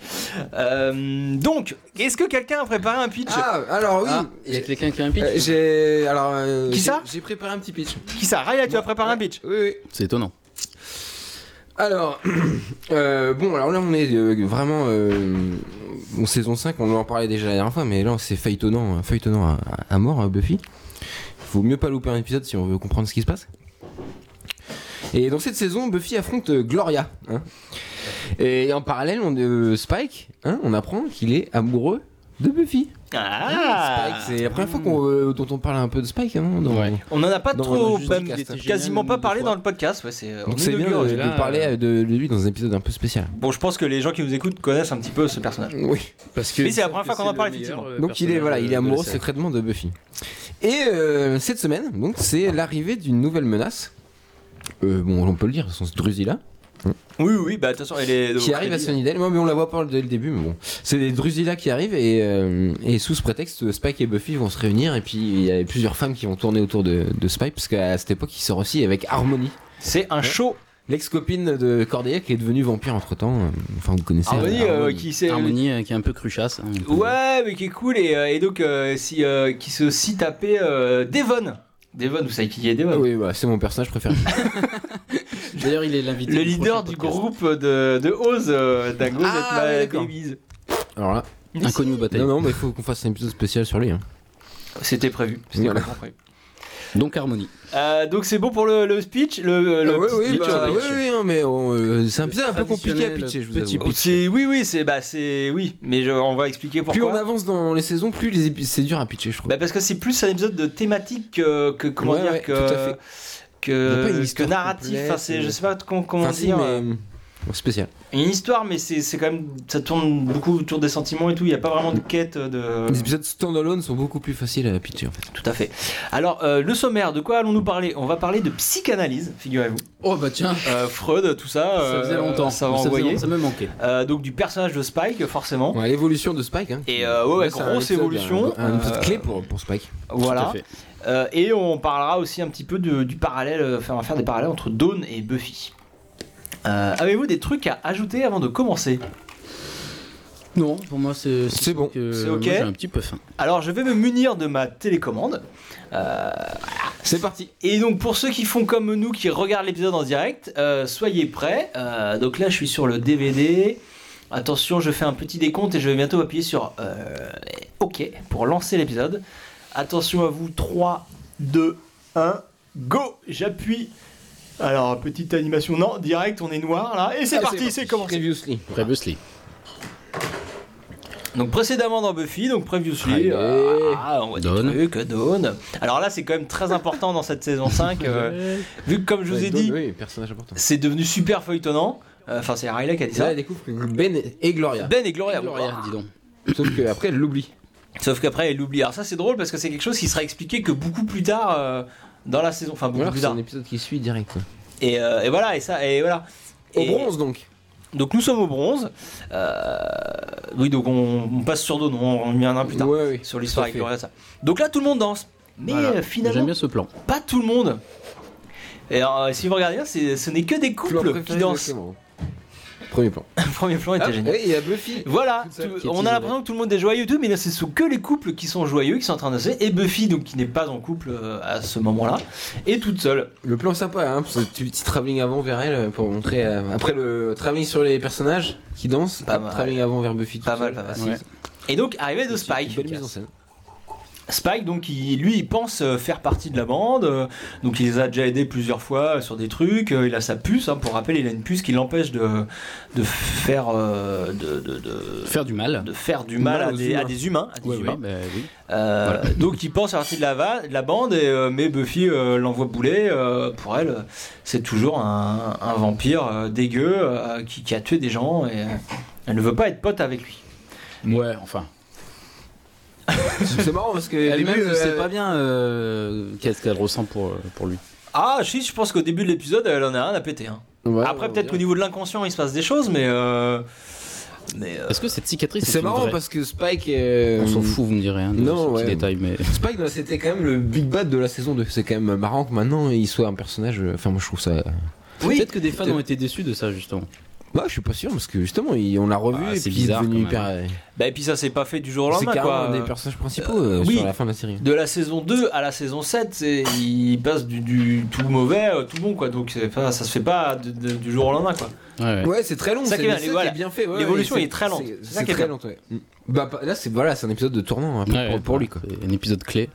Euh, donc, est-ce que quelqu'un a préparé un pitch Ah, alors oui. Ah, il y a quelqu'un qui a un pitch Euh, j'ai alors euh, Qui j'ai- ça J'ai préparé un petit pitch. Qui ça Raya, tu as préparé un pitch Oui, oui. C'est étonnant. Alors *clears throat* euh, bon, alors là on est euh, vraiment euh, en saison 5, on en parlait déjà la dernière fois, mais là c'est feuilletonnant, euh, feuilletonnant à, à mort hein, Buffy. Faut mieux pas louper un épisode si on veut comprendre ce qui se passe. Et dans cette saison, Buffy affronte euh, Gloria. hein. Et en parallèle, on, euh, Spike, hein, on apprend qu'il est amoureux de Buffy. Ah Spike, c'est la première fois qu'on, euh, dont on parle un peu de Spike. Hein, dans- Ouais. On en a pas Non, on trop, a juste même dit cast. quasiment pas Deux parlé fois. dans le podcast. Ouais, c'est on Donc est c'est deux bien gars, euh, on de, est là, parler euh. euh, de, de lui dans un épisode un peu spécial. Bon, je pense que les gens qui nous écoutent connaissent un petit peu ce personnage. Oui. Parce que Mais c'est la première fois qu'on en parle, effectivement. euh, Donc il est voilà, euh, il est amoureux secrètement de Buffy. Et euh, cette semaine, donc c'est l'arrivée d'une nouvelle menace. Euh, bon, on peut le dire, son Drusilla, Oui, oui, oui, bah de toute façon, elle est. qui au arrive à crédit. Sunnydale. Moi, mais on la voit pas dès le début, mais bon, c'est des Drusilla qui arrivent et, euh, et sous ce prétexte, Spike et Buffy vont se réunir et puis il y a plusieurs femmes qui vont tourner autour de, de Spike parce qu'à cette époque, il sort aussi avec Harmony, C'est un show. l'ex-copine de Cordelia qui est devenue vampire entre temps. Enfin, vous connaissez. Harmony, euh, euh, Harmony. qui s'est. Harmonie euh, qui est un peu cruchasse. hein, un peu. Ouais, mais qui est cool et, euh, et donc euh, si euh, qui se aussi tapait euh, Devon. Devon, vous savez qui est Devon Oui, bah, c'est mon personnage préféré. D'ailleurs, il est l'invité. Le du leader prochain du podcast. groupe de, de Oz, euh, d'Agos Ah, et de oui, la d'accord. Davies. Alors *laughs* là, Inconnu aux batailles. non, non, mais il faut qu'on fasse un épisode spécial sur lui. hein. C'était prévu. C'était Voilà. complètement prévu. Donc Harmonie. Euh, donc c'est bon pour le, le speech le, le Euh, ouais, petit oui, speech, bah, euh, oui, oui, hein, mais on, euh, c'est un épisode un peu compliqué à Traditionnel, pitcher, je vous petit avoue. Oh, c'est- oui, oui, c'est bah c'est oui, mais je- on va expliquer Plus on pourquoi. avance dans les saisons, plus les épis- c'est dur à pitcher, je trouve. Bah, parce que c'est plus un épisode de thématique que, que- comment Ouais, dire ouais, que tout à fait. Il y a pas une que, que histoire narratif. complète, Enfin, c'est- je sais pas comment, comment Enfin, si, dire. mais, euh, bon, spécial. Il y a Une histoire, mais c'est c'est quand même ça tourne beaucoup autour des sentiments et tout. Il n'y a pas vraiment de quête de. Les épisodes standalone sont beaucoup plus faciles à pitcher, en fait. Tout à fait. Alors euh, le sommaire, de quoi allons-nous parler On va parler de psychanalyse, figurez-vous. Oh bah tiens, *laughs* Euh, Freud, tout ça. ça faisait euh, longtemps. Ça va faisait envoyer. longtemps, Ça me manquait. Euh, donc du personnage de Spike, forcément. Ouais, L'évolution de Spike. Hein. Et euh, ouais, ouais, Là, c'est un grosse épisode, évolution. Un, un épisode Euh, clé pour, pour Spike. Voilà. Tout à fait. Euh, et on parlera aussi un petit peu de- du parallèle, euh, enfin, on va faire des parallèles entre Dawn et Buffy. Euh, Avez-vous des trucs à ajouter avant de commencer Non, pour moi c'est C'est bon. que- C'est ok. moi, J'ai un petit peu faim. Alors je vais me munir de ma télécommande. C'est parti. Et donc pour ceux qui font comme nous, qui regardent l'épisode en direct, euh, soyez prêts. Euh, donc là je suis sur le DVD. Attention, je fais un petit décompte et je vais bientôt appuyer sur euh, OK pour lancer l'épisode. Attention à vous, 3, 2, 1, go J'appuie. Alors, petite animation, non, direct, on est noir là, Ah, et c'est parti, c'est commencé. Previously. Previously. Donc précédemment dans Buffy, donc Previously, Allez. euh, ah, on voit Dawn. des trucs, Dawn. Alors là, c'est quand même très important dans cette saison 5, *laughs* euh, vu que comme je vous ai dit, Oui, personnage important. c'est devenu super feuilletonnant. Euh, Enfin, c'est Riley qui a dit Là, ça. elle découvre que Ben et Gloria. Ben et Gloria. Gloria, dis donc. Sauf qu'après, elle l'oublie. Sauf qu'après, elle l'oublie. Alors ça, c'est drôle parce que c'est quelque chose qui sera expliqué que beaucoup plus tard euh, dans la saison. Enfin, Ou beaucoup alors, plus c'est tard. un épisode qui suit direct. quoi. Et, euh, et voilà, et ça, et voilà. Au Et- bronze, donc. Donc nous sommes au bronze. Euh, oui, donc on, on passe sur Dawn, on, on y reviendra plus tard. Ouais, ouais. Sur l'histoire avec Tout à Gloria, ça. Donc là, tout le monde danse. Mais Voilà. euh, J'aime finalement, bien ce plan. pas tout le monde. Et alors, euh, si vous regardez bien, c'est- ce n'est que des Plan couples qui préféré, dansent. exactement. Premier plan. *laughs* Le premier plan était Ah, génial. oui, il y a Buffy. Voilà, Toute seule, tout- qui est on a isolée. l'impression que tout le monde est joyeux et tout, mais là ce sont que les couples qui sont joyeux, qui sont en train de danser, et Buffy, donc qui n'est pas en couple euh, à ce moment-là, est toute seule. Le plan sympa, hein, parce que tu petit travelling avant vers elle pour montrer. euh, après le travelling sur les personnages qui dansent, Pas mal. travelling avant vers Buffy. Pas tout mal, seul. pas mal. Ouais. Et donc, arrivée de C'est une Spike. Belle mise en scène. Spike, donc, il- lui, il pense euh, faire partie de la bande. euh, Donc, il les a déjà aidés plusieurs fois sur des trucs. euh, Il a sa puce. hein, pour rappel, il a une puce qui l'empêche de, de faire euh, de, de- de- Faire du mal. de faire du mal, Mal à, aux des, humains. à des humains. à des Ouais, ouais, humains. bah oui. Euh, Voilà. Donc, il pense faire partie de la, va- de la bande. Et, euh, mais Buffy euh, l'envoie bouler. euh, pour elle, euh, c'est toujours un, un vampire euh, dégueu euh, qui, qui a tué des gens. Et euh, elle ne veut pas être pote avec lui. Ouais, enfin. *laughs* C'est marrant parce que. Elle-même début, ne sait euh, pas bien euh, qu'est-ce qu'elle ressent pour, euh, pour lui. Ah, si, je pense qu'au début de l'épisode, elle en a rien à péter. hein. ouais, Après, on peut-être qu'au dirait. niveau de l'inconscient, il se passe des choses, mais. euh, mais euh, Est-ce que cette cicatrice C'est marrant parce que Spike. euh, On s'en fout, vous me direz, hein, de non, ce petit ouais. détail, mais. Spike, bah, c'était quand même le big bad de la saison 2. C'est quand même marrant que maintenant il soit un personnage. euh, Enfin, moi je trouve ça. Oui, Peut-être que des euh, fans ont été déçus de ça, justement. Bah, je suis pas sûr parce que justement, il- on l'a revu Ah, et c'est puis bizarre, il est devenu quand hyper. euh, bah, et puis ça, c'est pas fait du jour au C'est lendemain, carrément quoi. un des personnages principaux euh, oui. sur la fin de la série. De la saison 2 à la saison 7, c'est- il passe du, du tout mauvais, euh, tout bon, quoi. Donc, c'est pas- ça se fait pas de- de- du jour au lendemain, quoi. Ouais, ouais. Ouais, c'est très long. Ça C'est qui est bien, le seul voilà. qui est bien fait. ouais, L'évolution ouais, est très lente. C'est C'est ça c'est qui est très bien. lent, ouais. Mm. Bah, pas- là, c'est voilà, c'est un épisode de tournant hein, pour, Ouais, pour- pour lui quoi. c'est Un épisode clé.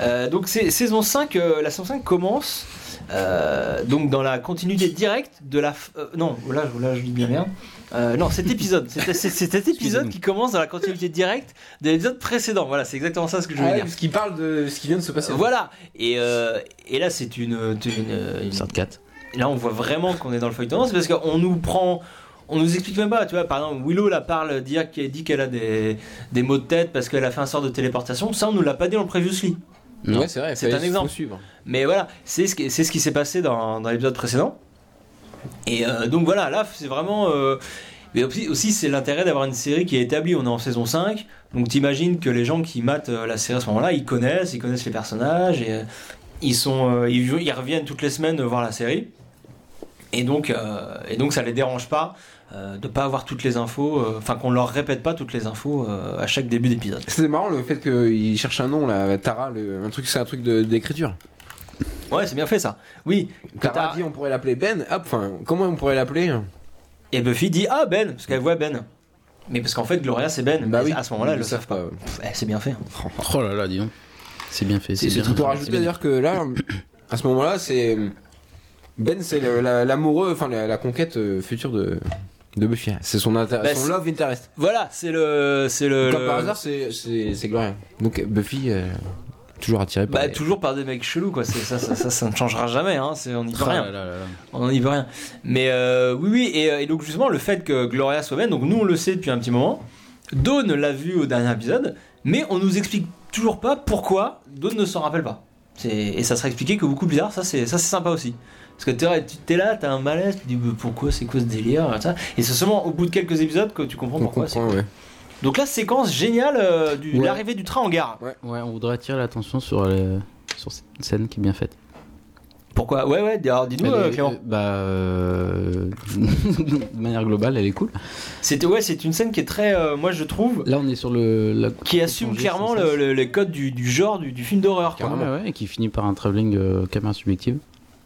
Euh, donc c'est saison 5, euh, la saison 5 commence euh, donc dans la continuité directe de la... f- euh, non, là, je- là je dis bien rien. Euh, non, cet épisode, c'est c'est- c'est cet épisode Excusez-nous. qui commence dans la continuité directe de l'épisode précédent. Voilà, c'est exactement ça ce que je voulais dire. qu'il parle de ce qui vient de se passer. Voilà, et, euh, et là c'est une, une- une- Une 4. Là on voit vraiment qu'on est dans le feuilleton, c'est parce qu'on nous prend... On nous explique même pas, tu vois, par exemple, Willow la parle, dire qu'elle dit qu'elle a des, des maux de tête parce qu'elle a fait un sort de téléportation, ça on nous l'a pas dit dans le previously. Non. Ouais, c'est vrai. C'est fallait- un exemple. faut Suivre. Mais voilà, c'est ce qui, c'est ce qui s'est passé dans, dans l'épisode précédent. Et euh, donc voilà, là, c'est vraiment. euh, mais aussi, aussi, c'est l'intérêt d'avoir une série qui est établie. On est en saison 5, donc t'imagines que les gens qui matent euh, la série à ce moment-là, ils connaissent, ils connaissent les personnages, et euh, ils, sont, euh, ils, ils reviennent toutes les semaines voir la série. Et donc, euh, et donc ça les dérange pas euh, de pas avoir toutes les infos, euh, enfin qu'on leur répète pas toutes les infos euh, à chaque début d'épisode. C'est marrant le fait qu'il cherche un nom là, Tara, le- un truc, c'est un truc de- d'écriture. Ouais, c'est bien fait ça. Oui, Tara Tara- dit on pourrait l'appeler Ben, hop, enfin, comment on pourrait l'appeler Et Buffy dit Ah Ben, parce qu'elle voit Ben. Mais parce qu'en fait Gloria c'est Ben. Bah Et oui, À ce moment-là, ils elles le le savent savent pas. Pff, eh, c'est bien fait. Oh là là, dis donc. C'est bien fait. C'est bien. tout pour rajouter C'est bien. d'ailleurs que là, à ce moment-là, c'est. Ben, c'est le- la- l'amoureux, enfin, la, la conquête euh, future de, de Buffy. hein. C'est son, inter- Bah, son c'est- love interest. Voilà, c'est le, c'est Euh, le. Comme le- par hasard, c'est- c'est c'est Gloria. Donc Buffy, euh, toujours attirée par. Bah les- toujours par des mecs chelous quoi. C'est ça, ça, ça, ça ne changera jamais. Hein. C'est, on n'y peut Ah rien. là là là là. On n'y peut rien. Mais euh, oui oui et, euh, et donc justement le fait que Gloria soit Ben, donc nous on le sait depuis un petit moment. Dawn l'a vu au dernier épisode, mais on nous explique toujours pas pourquoi Dawn ne s'en rappelle pas. C'est- Et ça serait expliqué que beaucoup plus tard, ça c'est ça, c'est sympa aussi. Parce que t'es tu- t'es là, t'as un malaise, tu te dis Mais pourquoi, c'est quoi ce délire, ça. Et c'est seulement au bout de quelques épisodes que tu comprends on pourquoi. comprend, ouais. c'est- Donc là, séquence géniale euh, du- Ouais. l'arrivée du train en gare. Ouais, on voudrait attirer l'attention sur, les- sur cette scène qui est bien faite. Pourquoi Ouais, ouais, alors dis-nous, Elle euh, est- Clément. bah, euh, *laughs* de manière globale, elle est cool. C'était- Ouais, c'est une scène qui est très, euh, moi je trouve, Là, on est sur le. la- qui assume Changer, clairement sans le- cesse. le- les codes du, du genre, du, du film d'horreur. quoi. Ouais, ouais, et qui finit par un travelling euh, caméra subjective.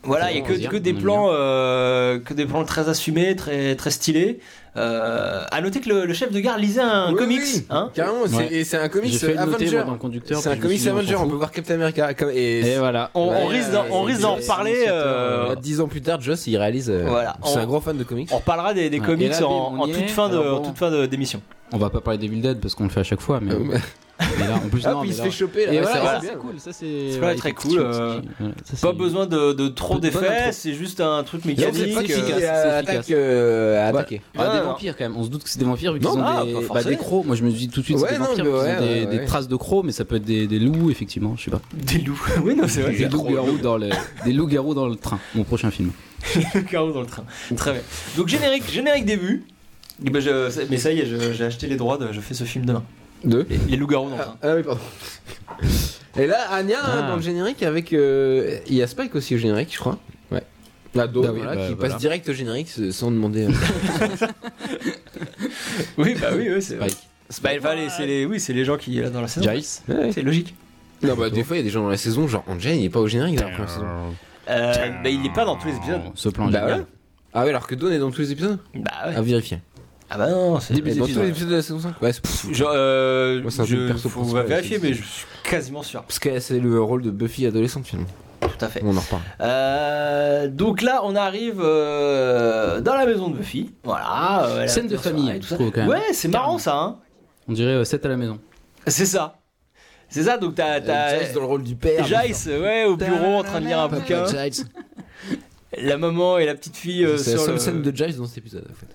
Voilà, il y a On que, va dire, que on des aime plans, euh, que des plans très assumés, très très stylés. Euh, à noter que le, le chef de gare lisait un Oui, comics, oui. hein. Carrément, c'est- Ouais. et c'est un J'ai comics fait euh, le noter Avenger. moi, dans le conducteur. C'est un puis je me suis comics dit, on Avenger, s'en on peut fout. voir Captain America. comme- Et, Et voilà. On, on Ouais, risque d'en, on ouais, risque d'en c'est- reparler. euh, Euh, Dix ans plus tard, Joss, il réalise. euh, Voilà. C'est On- un gros fan de comics. on reparlera des, des Ouais. comics Ah. Et là, en, Bill, on en y toute est. fin de, Alors en bon. toute fin de- d'émission. On va pas parler d'Evil Dead parce qu'on le fait à chaque fois, mais, Euh, mais là, en plus, Hop, non, mais il se là- fait choper. là. Et Ouais, voilà, ça va ça, bien. c'est cool, ça c'est. C'est pas très cool, euh, Voilà, ça, c'est- Pas besoin de, de trop Bonne d'effets, intro. c'est juste un truc Il y a mécanique. des fois efficace, qui c'est euh, efficace. attaquent, euh, à Ouais. attaquer. Ah, des Ah, vampires quand même, on se doute que c'est des vampires vu qu'ils Non, ont ah, des, pas bah, forcément. des crocs. Moi je me dis tout de suite, Ouais, c'est des non, vampires, mais ils ont ouais, des, ouais, des ouais. traces de crocs, mais ça peut être des, des loups effectivement, je sais pas. Des loups. *laughs* oui, non, c'est vrai. Des loups-garous dans, le, des loups-garous dans le train, mon prochain film. *laughs* Le carreau dans le train. Très bien. Donc générique, générique début. Eh ben, je- mais ça y est, je- j'ai acheté les droits, de, je fais ce film demain. Deux. Les loups-garous dans le train. Ah *laughs* oui, pardon. Et là, Anya Ah. dans le générique avec. euh, Il y a Spike aussi au générique, je crois. Ouais. La Dawn, Bah oui, voilà, bah, qui voilà. passe direct au générique euh, sans demander. euh, Ah. Oui, bah oui, oui, c'est Spike. Spike, bah, les- c'est les, oui, c'est les gens qui là dans la saison. Giles. ouais. C'est logique. Non, bah des fois, il y a des gens dans la saison, genre Angel, il est pas au générique dans la première saison. Euh, bah, il est pas dans tous les épisodes. Ce plan Bah génial. voilà. Ah ouais, alors que Dawn est dans tous les épisodes Bah ouais. À vérifier. Ah bah non, c'est. Dans tous les épisodes de la saison 5 Ouais, c'est- pff, Je, euh, Moi, c'est un je- truc perso faut- on va principal, vérifier, c'est- mais je suis quasiment sûr. Parce que c'est le rôle de Buffy adolescente finalement. Tout à fait. On en reparle. Euh, donc là, on arrive euh, dans la maison de Buffy. Voilà. euh, elle a Scène de la soirée, famille, tout je ça. trouve, quand même. Ouais, c'est marrant ça. Hein On dirait 7 à la maison. c'est ça. C'est ça. Donc t'as t'as- Euh, Giles dans le rôle du père. Jace, ouais, au bureau en train de lire un bouquin. Giles. La maman et la petite fille euh, C'est la sur seule le. scène de Giles dans cet épisode en fait.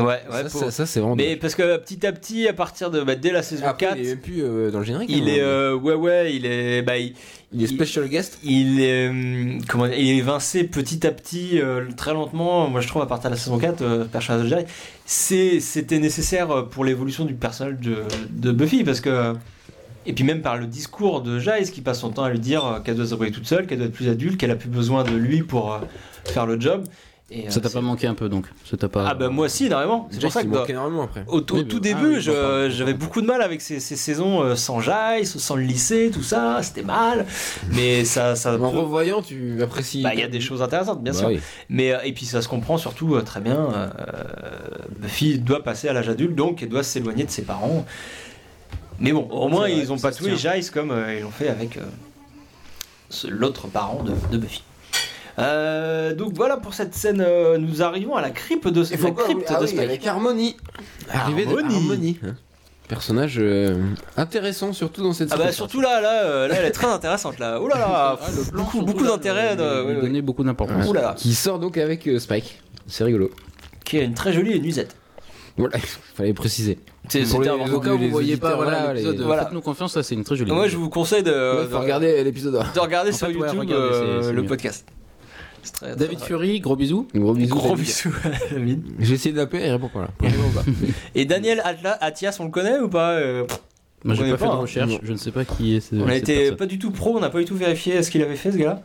Ouais, ouais. ça, pour- ça- ça, c'est vraiment. Mais parce que petit à petit, à partir de bah, dès la saison Après, 4, il est même plus euh, dans le générique. il hein, est euh, ouais ouais, il est bah, il, il est special guest. il est hum, comment dire, il est évincé petit à petit euh, très lentement moi je trouve à partir de la saison 4 euh, personnage de Giles, c'est c'était nécessaire pour l'évolution du personnage de, de Buffy parce que et puis même par le discours de Giles qui passe son temps à lui dire euh, qu'elle doit se débrouiller toute seule qu'elle doit être plus adulte qu'elle a plus besoin de lui pour euh, faire le job et, euh, Ça t'a pas c'est- manqué un peu donc Ça t'a pas. ah bah moi aussi énormément c'est Giles, pour ça que il dans- manque énormément après. au, au Oui, tout mais- ah début, oui, je- j'entends. j'avais beaucoup de mal avec ces, ces saisons euh, sans Giles, sans le lycée, tout ça, c'était mal. Mais ça, ça En revoyant, tu apprécies. bah, il y a des choses intéressantes, bien Bah sûr. oui. Mais euh, et puis ça se comprend surtout euh, très bien. euh, Buffy doit passer à l'âge adulte, donc elle doit s'éloigner de ses parents. Mais bon, au moins C'est vrai, ils ont ça pas se tout et Giles comme euh, ils l'ont fait avec euh, ce- l'autre parent de, de Buffy. Euh, donc voilà pour cette scène. euh, nous arrivons à la crypte de, Il la faut pas- crypte ah de oui, Spike. avec Harmony. Arrivée de Harmony. Harmony. hein. Personnage euh, intéressant, surtout dans cette Ah bah série. surtout là, là, euh, là, elle est très intéressante là. Oh Ouh là là, Ah, le plan, beaucoup, surtout, beaucoup là, d'intérêt. de- lui- lui ouais, ouais. donner beaucoup d'importance. Ouh là là. Qui sort donc avec euh, Spike. C'est rigolo. Qui a une très jolie nuisette. Voilà, *laughs* fallait préciser. C'est Pour c'était les- un- les- Au cas où les vous voyez pas auditeurs, voilà voilà, les- l'épisode, voilà. Euh, faites-nous confiance, ça c'est une très jolie. Moi, je vous conseille de, Il de- faut regarder euh, l'épisode. de regarder En sur fait, ouais, YouTube regardez, euh, c'est- c'est le mieux. podcast. C'est très- très- David très- Fury, gros bisous. Gros bisous. Gros David. bisous *laughs* à David. J'ai essayé de l'appeler, il répond pas là. Et Daniel Atla- Atias, on le connaît ou pas Euh, pff, Moi j'ai On est pas fait pas, de hein. Non. recherche, je ne sais pas qui est. On a été pas du tout pro, on n'a pas du tout vérifié ce qu'il avait fait ce gars-là.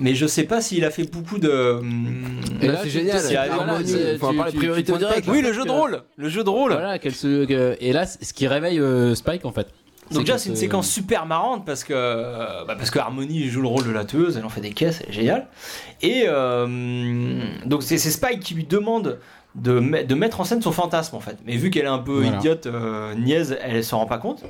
Mais je sais pas s'il a fait beaucoup de. hum, Et là, c'est génial. c'est- voilà, Harmony. c'est- Enfin, tu- parler tu- priorité tu pointes directe. pas, euh, Oui, le jeu de rôle. Le jeu de rôle. Voilà, qu'elle se- que- et là, c'est- ce qui réveille euh, Spike en fait. Donc déjà que c'est une ce- séquence euh, super marrante parce que euh, bah, parce que Harmony joue le rôle de la tueuse, elle en fait des caisses, elle est géniale. Et euh, donc c'est c'est Spike qui lui demande de, me- de mettre en scène son fantasme en fait. Mais vu qu'elle est un peu Voilà. idiote, euh, niaise, elle s'en rend pas compte.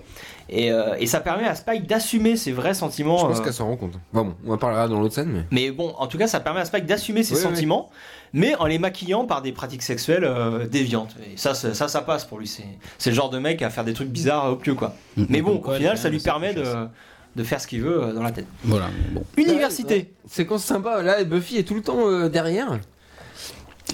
Et, euh, et ça permet à Spike d'assumer ses vrais sentiments. Je pense euh, qu'elle s'en rend compte. Enfin bon, on en parlera dans l'autre scène, mais. mais bon, en tout cas, ça permet à Spike d'assumer ses Oui, oui. sentiments, mais en les maquillant par des pratiques sexuelles euh, déviantes. Et ça, ça, ça, ça passe pour lui. C'est c'est le genre de mec à faire des trucs bizarres obtus, quoi. Mhm. Mais bon, Comme au quoi, final, elle ça lui fait permet quelque de, chose. de faire ce qu'il veut euh, dans la tête. Voilà. Bon. Université Séquence sympa, là Buffy est tout le temps euh, derrière,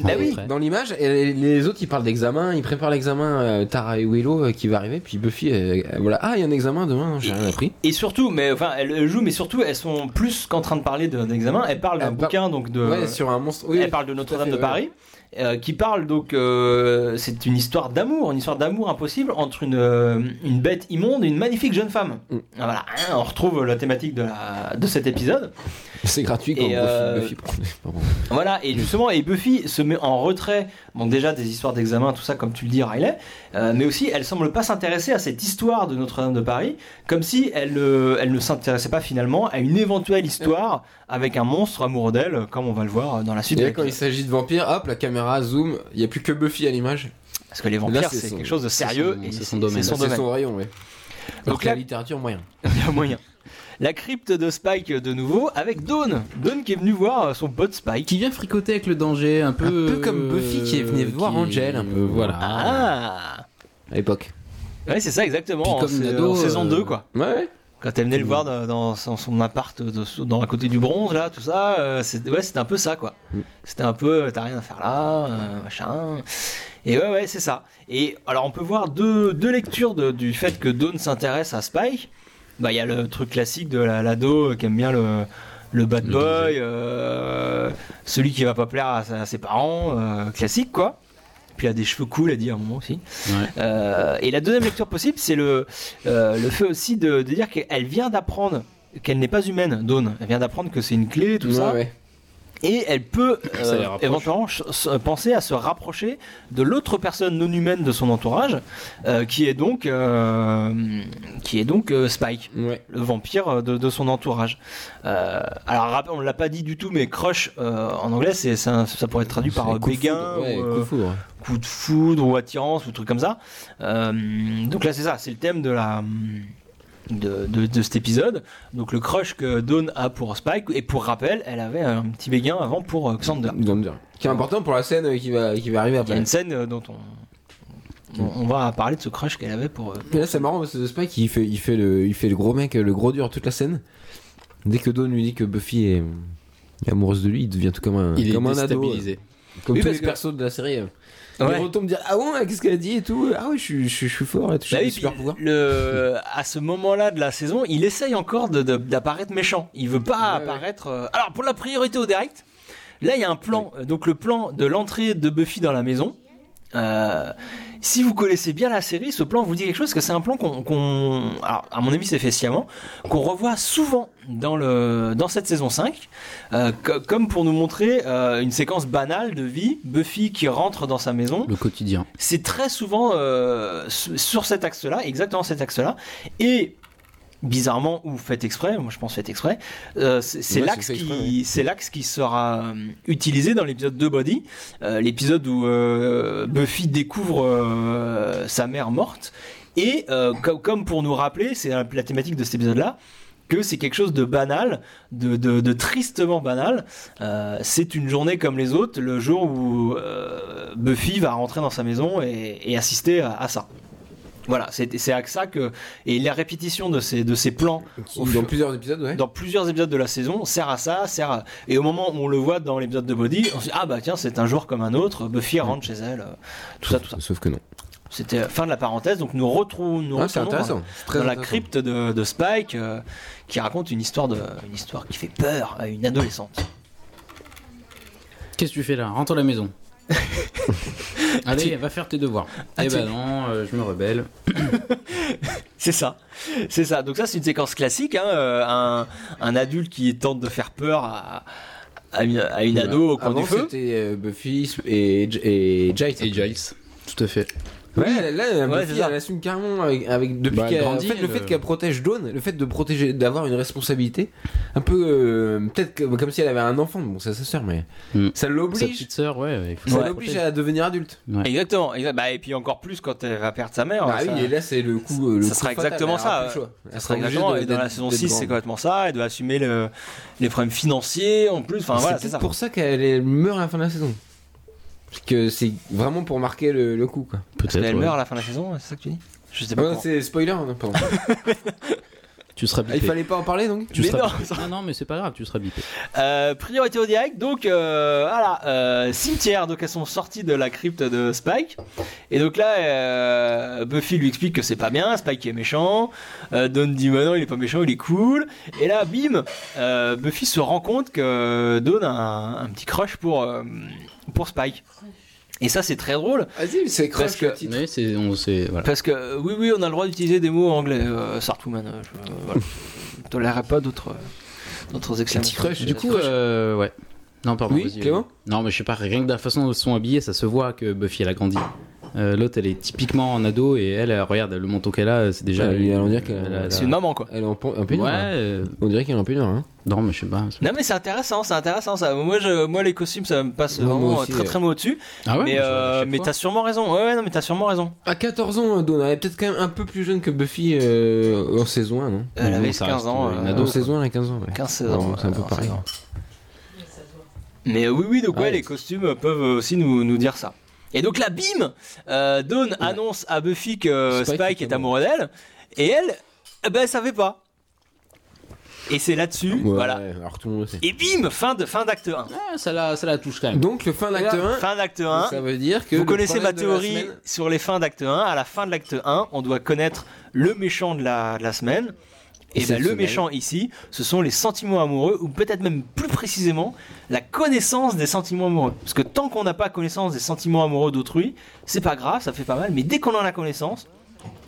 Bah Ouais, oui après. dans l'image, et les- les autres ils parlent d'examen, ils préparent l'examen euh, Tara et Willow euh, qui va arriver, puis Buffy, euh, euh, voilà, ah il y a un examen demain, j'ai rien appris. Et surtout, mais enfin, elles, elles jouent, mais surtout, elles sont plus qu'en train de parler d'un examen. Elles parlent d'un Elles par- bouquin, donc de. Eh ben, ouais, sur un monstre, oui, Elle parle de Notre-Dame fait, de ouais. Paris, euh, qui parle donc. euh, c'est une histoire d'amour, une histoire d'amour impossible entre une, euh, une bête immonde et une magnifique jeune femme. Mm. Ah, Voilà, hein, on retrouve la thématique de, la, de cet épisode. c'est gratuit quand Et, euh, Buffy, Buffy- pardon. Voilà, et justement, et Buffy se met en retrait, bon, déjà des histoires d'examen, tout ça, comme tu le dis, Riley, euh, mais aussi elle semble pas s'intéresser à cette histoire de Notre-Dame de Paris, comme si elle, euh, elle ne s'intéressait pas finalement à une éventuelle histoire avec un monstre amoureux d'elle, comme on va le voir dans la suite. Et là, de quand il l'épisode. s'agit de vampires, hop, la caméra zoom, il y a plus que Buffy à l'image. Parce que les vampires, Là, c'est c'est son- quelque chose de sérieux son- et c'est son domaine. C'est son *laughs* Là, domaine. son rayon, ouais. Donc Donc là- la littérature moyen. Il y a moyen. La crypte de Spike de nouveau avec Dawn. Dawn qui est venue voir son pote Spike. Qui vient fricoter avec le danger, un peu. Un peu comme Buffy qui est venue euh, voir Angel, un peu. Voilà. Ah À l'époque. Ouais, c'est ça exactement. Puis En, comme sa- Nado, en saison euh, 2, quoi. Ouais, ouais. Quand elle venait le voir dans, dans son, son appart de- dans à côté du bronze, là, tout ça, euh, c'était ouais, c'était un peu ça, quoi. Mm. C'était un peu, euh, t'as rien à faire là, euh, machin. Et ouais, ouais, c'est ça. Et alors, on peut voir deux, deux lectures de- du fait que Dawn s'intéresse à Spike. Bah, il y a le truc classique de la- l'ado euh, qui aime bien le, le bad Le boy, euh, celui qui va pas plaire à, sa- à ses parents, euh, classique, quoi. Puis il a des cheveux cool, elle dit à un moment aussi. Ouais. Euh, et la deuxième lecture possible, c'est le, euh, le fait aussi de, de dire qu'elle vient d'apprendre qu'elle n'est pas humaine, Dawn. Elle vient d'apprendre que c'est une clé, tout Ouais, ça. ouais. Et elle peut Ça les euh, rapproche. éventuellement ch- se- penser à se rapprocher de l'autre personne non humaine de son entourage, euh, qui est donc, euh, qui est donc euh, Spike Ouais. le vampire euh, de, de son entourage. Euh, alors rap- on l'a pas dit du tout, mais crush euh, en anglais, c'est c'est un- ça pourrait être traduit par euh, C'est coup de béguin, foudre, ouais, ou, coup euh, de foudre. coup de foudre ou attirance ou truc comme ça. Euh, donc là c'est ça, c'est le thème de la de, de- de cet épisode. Donc le crush que Dawn a pour Spike et pour rappel, elle avait un petit béguin avant pour euh, Xander. Ils vont me dire. Qui est important pour la scène euh, qui va, qui va Il y arriver a après. une scène euh, dont on dont on va parler de ce crush qu'elle avait pour euh, Mais là, c'est marrant parce que Spike, il fait, il fait le, il fait le gros mec, le gros dur toute la scène. Dès que Dawn lui dit que Buffy est, est amoureuse de lui, il devient tout comme un, Il est comme un ado. euh. déstabilisé. Comme Oui, tous parce les que- persos de la série. euh. Ouais. Il retombe dire Ah ouais, qu'est-ce qu'elle a dit et tout. Ah ouais, je, suis- je, suis- je suis fort et tout. Bah oui, j'ai des super puis pouvoir. le- à ce moment-là de la saison, il essaye encore de- de- d'apparaître méchant. Il veut pas Ouais, ouais. apparaître. euh, Alors pour la priorité au direct, là il y a un plan. Euh, Donc le plan de l'entrée de Buffy dans la maison. Euh, si vous connaissez bien la série, ce plan vous dit quelque chose, parce que c'est un plan qu'on, qu'on- alors, à mon avis, c'est fait sciemment, qu'on revoit souvent dans le dans cette saison 5, euh, co- comme pour nous montrer euh, une séquence banale de vie, Buffy qui rentre dans sa maison, Le quotidien. c'est très souvent euh, su- sur cet axe-là, exactement cet axe-là, et bizarrement ou fait exprès, moi je pense fait exprès, euh, c'est c'est Ouais, l'axe c'est fait exprès, qui c'est l'axe qui sera euh, utilisé dans l'épisode de Body, euh, l'épisode où euh, Buffy découvre euh, sa mère morte et euh, co- comme pour nous rappeler, c'est la la thématique de cet épisode-là que c'est quelque chose de banal, de, de- de tristement banal. Euh, c'est une journée comme les autres, le jour où euh, Buffy va rentrer dans sa maison et, et assister à, à ça. Voilà, c'est c'est à ça que... Et la répétition de ces, de ces plans Qui- au dans fur- plusieurs épisodes, ouais. dans plusieurs épisodes de la saison sert à ça, sert à... Et au moment où on le voit dans l'épisode de Body, on se dit, ah bah tiens, c'est un jour comme un autre, Buffy rentre chez elle, euh, tout ça, tout ça. Sauf que non. C'était euh, fin de la parenthèse, donc nous retrouvons... Nous Ah, c'est retournons dans- intéressant. C'est très dans la intéressant. crypte de, de Spike euh, qui raconte une histoire, de, une histoire qui fait peur à une adolescente. Qu'est-ce que tu fais là Rentre à la *laughs* maison. Allez, va faire tes devoirs. eh Ah, tu- ben non, euh, je me rebelle. C'est ça, c'est ça. Donc ça c'est une séquence classique, hein, euh, un, un adulte qui tente de faire peur à, à une, à une ado au coin Avant, du feu. c'était euh, Buffy et, et Giles. Et Giles. Tout à fait. Ouais, là, Ouais, c'est Buffy, ça. elle assume carrément avec, avec- depuis Bah, elle qu'elle grandit, en fait, le elle, fait euh, qu'elle protège Dawn, le fait de protéger, d'avoir une responsabilité, un peu euh, peut-être comme, comme si elle avait un enfant. Bon, c'est sa sœur, mais Mm. Sa ça l'oblige, petite sœur, ouais. il faut ça la l'oblige protéger. à devenir adulte. Ouais. Exactement. exa- bah, et puis encore plus quand elle va perdre sa mère. hein, Ah ça- oui, et là c'est le coup, euh, le ça coup sera fatal, exactement elle aura ça, plus le choix. Ça sera Elle sera obligée exactement, de- et dans la d'être- saison d'être 6, c'est grande. complètement ça. Elle doit assumer le- les problèmes financiers en plus. Enfin C'est voilà, peut-être c'est ça. pour ça qu'elle est- meurt à la fin de la saison. Parce que c'est vraiment pour marquer le, le coup, quoi. Parce qu'elle ouais. meurt à la fin de la saison, c'est ça que tu dis Je sais pas. Ah non, comment. c'est spoiler, *laughs* non, pardon. Tu seras Ah, Il bipé. fallait pas en parler donc Tu Mais seras non, bipé. non, non, mais c'est pas grave, tu seras bipé. Euh, priorité au direct, donc euh, voilà, euh, cimetière, donc elles sont sorties de la crypte de Spike. Et donc là, euh, Buffy lui explique que c'est pas bien, Spike est méchant. Euh, Dawn dit bah non, il est pas méchant, il est cool. Et là, bim, euh, Buffy se rend compte que Dawn a un, un petit crush pour, euh, pour Spike. Et ça, c'est très drôle. Vas-y, c'est Parce crush le que- titre. Mais c'est. On sait. Voilà. Parce que, euh, oui, oui, on a le droit d'utiliser des mots anglais, euh, Sartwoman. euh, je, euh, voilà. Je tolérerai pas d'autres euh, d'autres exclamations. crush, Du coup, euh, ouais. Non, pardon. Oui, vas-y, Clément vas-y. Non, mais je sais pas, rien que de la façon dont ils sont habillés, ça se voit que Buffy, elle a grandi. Euh, L'autre, elle est typiquement en ado et elle, euh, regarde le manteau qu'elle a, c'est déjà. Ouais, lui, allons dire qu'elle- qu'elle C'est une maman, quoi. Elle est en pon- un peu Ouais, dur, hein. euh, On dirait qu'elle est un peu dur, hein. non, mais je sais pas. Non mais c'est intéressant, c'est intéressant ça. Moi, je, moi les costumes ça me passe Ouais, moi vraiment euh, aussi, très ouais. très mot au-dessus. Ah ouais, mais moi, je- à euh, chaque mais fois. t'as sûrement raison. Ouais, ouais non mais t'as sûrement raison. À 14 ans, Donna, elle est peut-être quand même un peu plus jeune que Buffy euh, en saison 1, non Elle Non, avait ça 15 reste ans. une euh, ado. En saison 1, elle a 15 ans, ouais. 15 Ouais, ans. c'est un peu euh, en pareil. saison. Mais euh, oui oui donc ouais, Ouais. les costumes peuvent aussi nous, nous dire ça. Et donc la bim, euh, Dawn annonce à Buffy que Spike, Spike est est amoureux d'elle et elle, eh ben elle savait pas. Et c'est là-dessus, Ouais, voilà. ouais, alors tout le monde le sait. Et bim, fin de fin d'acte 1. Ah, ça la, ça la touche quand même. Donc, le fin d'acte 1, Fin d'acte 1. ça veut dire que. Vous le connaissez ma problème de la théorie semaine- sur les fins d'acte 1. À la fin de l'acte 1, on doit connaître le méchant de la, de la semaine. Et Cette ben, le semaine. méchant ici, ce sont les sentiments amoureux, ou peut-être même plus précisément, la connaissance des sentiments amoureux. Parce que tant qu'on n'a pas connaissance des sentiments amoureux d'autrui, c'est pas grave, ça fait pas mal, mais dès qu'on en a connaissance,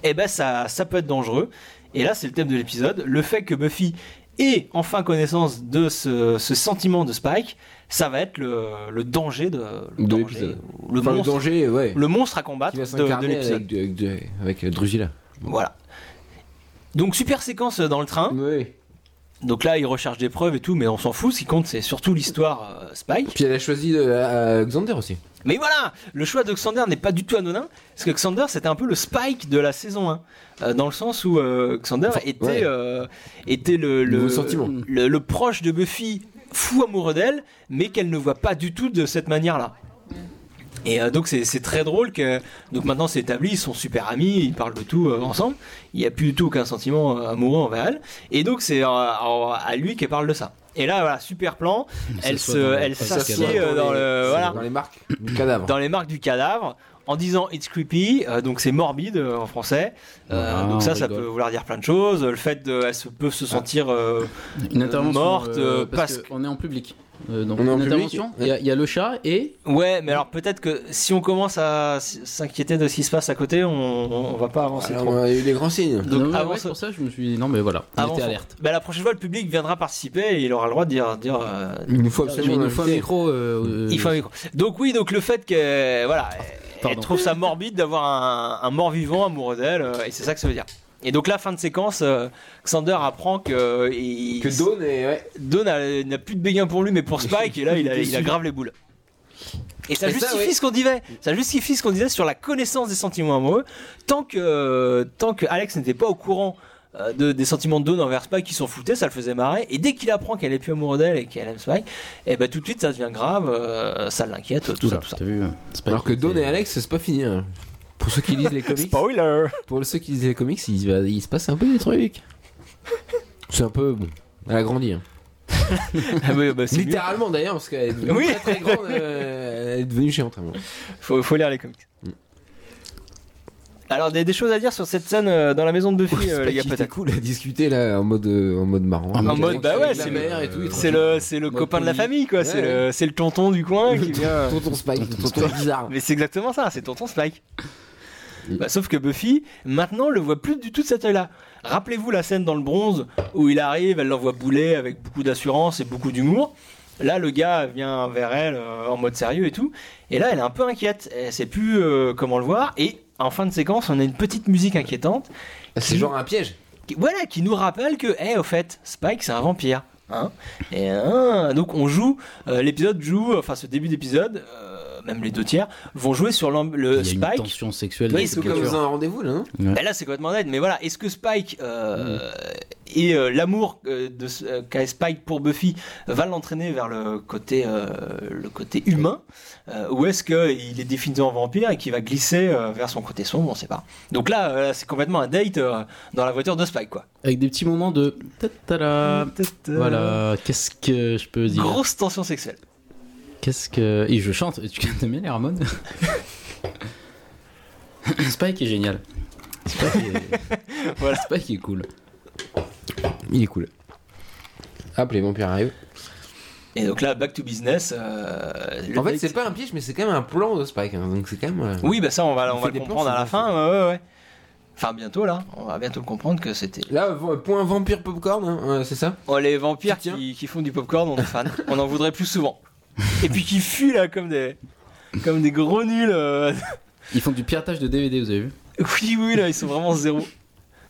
eh ben ça, ça peut être dangereux. Et là, c'est le thème de l'épisode, le fait que Buffy et enfin connaissance de ce, ce sentiment de Spike, ça va être le, le danger de, le De danger, l'épisode. ou le, Enfin, le monstre, danger, ouais. le monstre à combattre Qui va de, de s'incarner l'épisode. avec, avec, avec, euh, Drusilla. Voilà. Donc super séquence euh, dans le train. Oui. Donc là, il recherche des preuves et tout, mais on s'en fout. Ce qui compte, c'est surtout l'histoire euh, Spike. Puis elle a choisi euh, euh, Xander aussi. Mais voilà, le choix de Xander n'est pas du tout anodin, parce que Xander c'était un peu le Spike de la saison 1, euh, dans le sens où euh, Xander était, ouais. euh, était le, le, Nouveau sentiment. le- le proche de Buffy, fou amoureux d'elle, mais qu'elle ne voit pas du tout de cette manière-là. Et euh, donc c'est c'est très drôle que donc maintenant c'est établi, ils sont super amis, ils parlent de tout euh, ensemble. Il n'y a plus du tout aucun sentiment euh, amoureux envers elle. Et donc c'est euh, alors, à lui qu'elle parle de ça. Et là voilà super plan, elle s'assoit se- dans le- elle dans le s'assied, cadavre. euh, dans le- c'est voilà. dans les marques du cadavre. dans les marques du cadavre en disant it's creepy, euh, donc c'est morbide euh, en français. Euh, Ah, donc on ça, ça rigole. Ah. peut vouloir dire plein de choses. Le fait de, elle se, peut se sentir. euh, Une intervention morte, euh, parce parce qu'on est en public. Euh, donc On est en une public, intervention. Il y, a- il y a le chat et Ouais, mais alors peut-être que si on commence à s- s'inquiéter de ce qui se passe à côté, on, on va pas avancer Alors, trop. on a eu des grands signes. Donc, Non, mais avant ouais, ça- pour ça, je me suis dit, non, mais voilà, on Avant était ça. alerte. Bah, la prochaine fois, le public viendra participer et il aura le droit de dire. dire euh, Il nous faut Mais il absolument nous faut un l'inviter. micro. euh, euh, il faut un micro. Donc oui, donc le fait que voilà, elle Pardon. trouve ça morbide d'avoir un, un mort-vivant amoureux d'elle, euh, et c'est ça que ça veut dire. Et donc la fin de séquence, euh, Xander apprend que euh, il- Que Dawn est. Ouais. Don a- n'a plus de béguin pour lui, mais pour Spike, et là, il a, il a grave les boules. Et ça Et ça, justifie ouais. ce qu'on disait. Ça justifie ce qu'on disait sur la connaissance des sentiments amoureux. Tant que, euh, tant que Alex n'était pas au courant euh, de, des sentiments de Dawn envers Spike, qui s'en foutait, ça le faisait marrer. Et dès qu'il apprend qu'elle est plus amoureuse d'elle et qu'elle aime Spike, et ben tout de suite, ça devient grave. euh, ça l'inquiète, tout ça, Oula, tout ça. T'as vu euh, c'est pas- Alors que Dawn c'est- et Alex, c'est pas fini. hein. Pour ceux qui *laughs* lisent les comics, Spoiler. pour ceux qui lisent les comics, il, va- il se passe un peu des trucs. C'est un peu bon. Elle a grandi. hein. Ah bah, Littéralement d'ailleurs, parce qu'elle est devenue Oui. très, très *laughs* grande. euh, elle est devenue géante. vraiment. Faut, faut lire les comics. Alors, des, des choses à dire sur cette scène euh, dans la maison de Buffy, euh, les gars, Oh, Spike, il était peut-être. cool à discuter là en mode euh, en mode marrant. En En mode, mode, bah ouais, c'est la le- mère et tout. il C'est tranquille. le, c'est le Mode copain de la poli. famille, quoi. C'est Ouais, le, c'est le tonton du coin *laughs* qui vient. Tonton Spike, Tonton tonton bizarre. Mais c'est exactement ça, c'est tonton Spike. Bah, sauf que Buffy, maintenant, le voit plus du tout de cet œil-là. Rappelez-vous la scène dans le bronze où il arrive, elle l'envoie bouler avec beaucoup d'assurance et beaucoup d'humour. Là, le gars vient vers elle euh, en mode sérieux et tout. Et là, elle est un peu inquiète. Elle sait plus euh, comment le voir. Et en fin de séquence, on a une petite musique inquiétante. C'est genre un piège. qui- voilà, qui nous rappelle que, eh, au fait, Spike, c'est un vampire. Hein et hein, donc on joue, euh, l'épisode joue, enfin ce début d'épisode, euh, même les deux tiers, vont jouer sur l'amb- le Il y a une Spike. tension sexuelle. Oui, dans c'est cette comme culture. Vous avez un rendez-vous là, non Ben là c'est complètement net, mais voilà, est-ce que Spike euh, Mm. et euh, l'amour euh, de ce- euh, qu'a Spike pour Buffy va l'entraîner vers le côté, euh, le côté humain, euh, ou est-ce qu'il est définitivement vampire et qu'il va glisser euh, vers son côté sombre, on sait pas. Donc là, euh, c'est complètement un date euh, dans la voiture de Spike, quoi. Avec des petits moments de. ta-ta-la. Voilà, qu'est-ce que je peux dire Grosse tension sexuelle. Qu'est-ce que. Et je chante, tu t'aimes bien les Ramones *laughs* Spike est génial. Spike est. *laughs* Voilà. Spike est cool. Il est cool. Hop, les vampires arrivent. Et donc là, back to business. euh, le En fait, date- c'est pas un piège, mais c'est quand même un plan de Spike. hein, Donc c'est quand même. euh, Oui, bah ça, on va, on On fait va le des plans, comprendre à la c'est bon, fin. ouais, ouais, ouais. Enfin, bientôt là, on va bientôt le comprendre que c'était. Là, v- point vampire popcorn, hein, euh, c'est ça Oh, les vampires Tiens. qui, qui font du popcorn, on est fan. on en voudrait plus souvent. Et puis qui fuient là comme des, comme des gros nuls. euh. *laughs* Ils font du piratage de DVD, vous avez vu Oui, oui, là, ils sont vraiment zéro.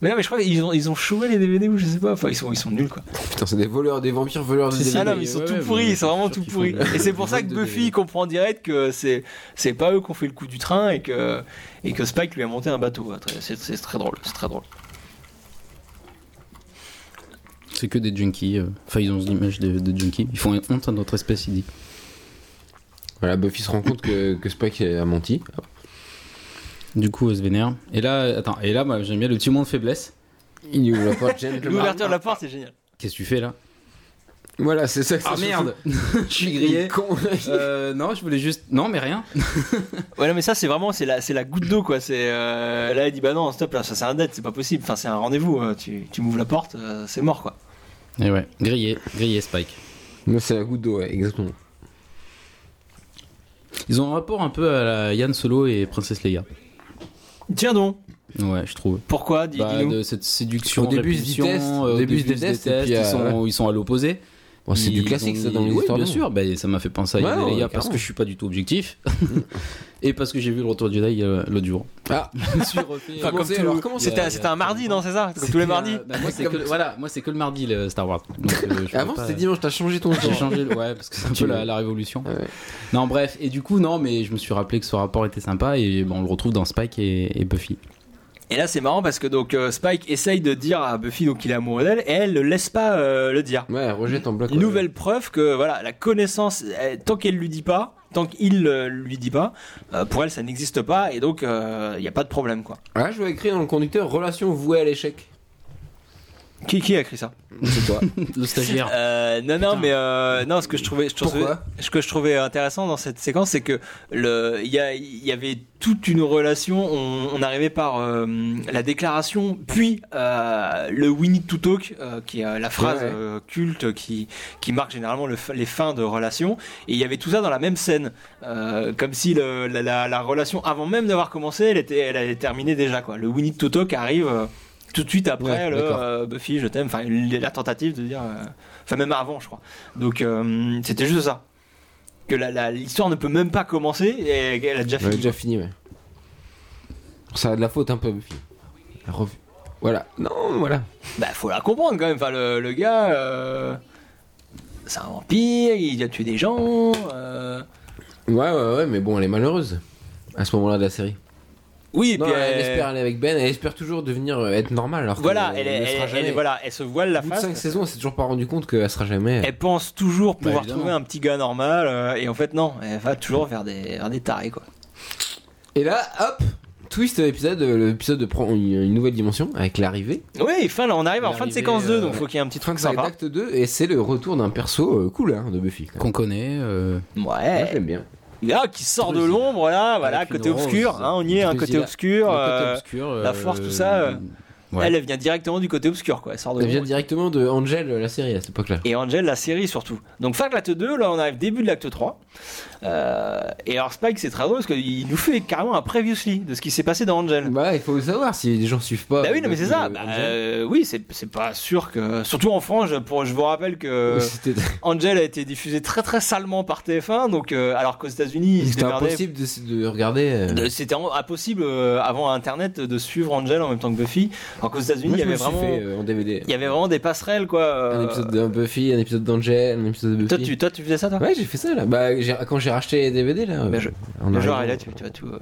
Mais non, mais je crois qu'ils ont, ils ont choué les DVD ou je sais pas. Enfin, ils sont, ils sont nuls quoi. Putain, c'est des voleurs, des vampires voleurs de C'est DVD. Ah ça, non, mais ils sont ouais, ouais, tout pourris, mais ils sont vraiment je suis tout sûr pourris. qu'ils font des- Et c'est des pour ça que votes de Buffy DVD. comprend direct que c'est c'est pas eux qui ont fait le coup du train et que et que Spike lui a monté un bateau. C'est c'est très drôle, c'est très drôle. C'est que des junkies. euh. Enfin, ils ont l'image de, de junkies. Ils font honte à notre espèce, il dit. Voilà, Buffy se rend compte que, que Spike a menti. Du coup, on se vénère. Et là, attends, et là, moi, j'aime bien le petit moment de faiblesse. Il ouvre la porte, *laughs* gentleman. L'ouverture de la porte, c'est génial. Qu'est-ce que tu fais là Voilà, c'est ça que c'est. *laughs* Je suis grillé. Con. Euh, non, je voulais juste. Non, mais rien. Ouais, non, mais ça, c'est vraiment, c'est la, c'est la goutte d'eau, quoi. C'est euh, là, elle dit bah non, stop, là, ça c'est un date, c'est pas possible. Enfin, c'est un rendez-vous. euh, tu, tu m'ouvres la porte, euh, c'est mort, quoi. Et ouais, grillé, grillé Spike. Mais c'est la goutte d'eau, ouais, exactement. Ils ont un rapport un peu à la Yann Solo et Princesse Leia. Tiens donc. Ouais, je trouve. Pourquoi Dis- Bah, dis-nous. de cette séduction, Au début, ils se répulsion, détestent, euh, au début, ils se détestent, et puis, ils, euh, sont, ils sont à l'opposé. Bon, c'est Ils du ont classique ça des- dans les oui, histoires bien d'amour. sûr, bah, ça m'a fait penser à Ouais, Yodeleia ouais, parce carrément. que je suis pas du tout objectif *laughs* et parce que j'ai vu le retour du Jedi euh, l'autre *laughs* jour. Ah, Je me suis refait- Comment Enfin, comme c'est, tout- alors, comment C'était- il y a- C'était c'était un mardi, non, c'est ça Comme tous C'était les un- mardis bah, moi, c'est euh, Comme que- ça. voilà, moi c'est que le mardi le Star Wars. Donc, *laughs* euh, je peux avant pas- c'était dimanche, t'as changé *laughs* ton J'ai genre. changé, le- ouais, parce que c'est un Tu peu la, veux. la révolution. Ouais. Non, bref, et du coup, non, mais je me suis rappelé que ce rapport était sympa et bon, on le retrouve dans Spike et, et Buffy. Et là, c'est marrant parce que donc euh, Spike essaye de dire à Buffy donc qu'il est amoureux d'elle et elle ne laisse pas euh, le dire. Ouais, rejette en bloc. Une nouvelle preuve que voilà, la connaissance, euh, tant qu'elle lui dit pas, tant qu'il euh, lui dit pas, euh, pour elle ça n'existe pas et donc il n'y a pas de problème quoi. ouais. Ah, je vois écrit dans le conducteur relation vouée à l'échec. Qui, qui a écrit ça C'est toi. Le stagiaire. Euh, Non non Putain. mais euh, non ce que je trouvais, je trouvais- *laughs* Pourquoi ce que je trouvais intéressant dans cette séquence c'est que le il y, a- il y avait toute une relation. On, on arrivait par euh, la déclaration puis euh, le We Need to Talk euh, qui est euh, la phrase Ouais, ouais. euh, culte qui qui marque généralement le f- les fins de relation. Et il y avait tout ça dans la même scène, Euh, comme si le- la, la- la relation, avant même d'avoir commencé, elle était, elle avait terminé déjà. Quoi. Le Winnie Toto qui arrive euh, tout de suite après Ouais, le d'accord. euh, Buffy, je t'aime, enfin l- la tentative de dire, euh, enfin même avant, je crois. Donc euh, c'était juste ça. Que la- la- l'histoire ne peut même pas commencer et elle a déjà J'avais fini. déjà fini, ouais. Ça a de la faute un peu, Buffy. La revue. Voilà. Non, voilà. Bah faut la comprendre quand même, enfin le, le gars, euh, c'est un vampire, il a tué des gens. euh, Ouais, ouais, ouais, mais bon, elle est malheureuse à ce moment-là de la série. Oui, et non, puis euh, elle, espère aller avec Ben, elle espère toujours devenir euh, être normale alors Voilà, qu'elle elle, est- ne le sera elle- jamais. elle- voilà, elle se voile la Au bout de face. 5 saisons, elle s'est toujours pas rendue compte qu'elle sera jamais. euh. Elle pense toujours Bah, pouvoir évidemment. trouver un petit gars normal euh, et en fait non, elle va toujours vers des, vers des tarés quoi. Et là, hop, twist épisode, euh, l'épisode prend une, une nouvelle dimension avec l'arrivée. Oui, fin là on arrive en fin de L'arrivée, séquence 2 euh, donc faut qu'il y ait un petit Frank truc c'est sympa. l'acte 2 et c'est le retour d'un perso euh, cool hein, de Buffy. quand même. Qu'on connaît. euh, Moi, je Ouais, l'aime bien. là qui sort de Drusilla. l'ombre là, voilà, Avec une côté obscur, rose. hein, on y est, un côté Drusilla. obscur. le côté euh, obscur, la euh, force, tout ça, euh, ouais. Elle elle vient directement du côté obscur quoi, elle sort de Elle vient l'ombre. directement de Angel, euh, la série à cette époque-là. Et Angel, la série surtout. Donc fin de l'acte 2, là on arrive début de l'acte 3. Euh, et alors Spike c'est très drôle parce qu'il nous fait carrément un previously de ce qui s'est passé dans Angel. Bah, il faut le savoir si les gens suivent pas. Bah oui, non, mais c'est Buffy, ça. euh, Bah, Angel. euh, oui, c'est c'est pas sûr que. Surtout en France, je, pour, je vous rappelle *laughs* que C'était Angel a été diffusé très très salement par TF1, donc, euh, alors qu'aux États-Unis, ils se c'était démerdaient. impossible de, de regarder. euh. De- C'était en- impossible euh, avant Internet de suivre Angel en même temps que Buffy. Alors qu'aux États-Unis, Moi, il y je me avait le suis vraiment. fait, euh, en DVD. Il y avait vraiment des passerelles quoi. Un euh, épisode de Buffy, un épisode d'Angel, un épisode de Buffy. Toi tu, toi, tu faisais ça toi Ouais, j'ai fait ça là. Bah, j'ai- quand j'ai racheté les DVD là. Bien euh, joué. en Le genre arrivant- et là tu, tu vas tout. euh,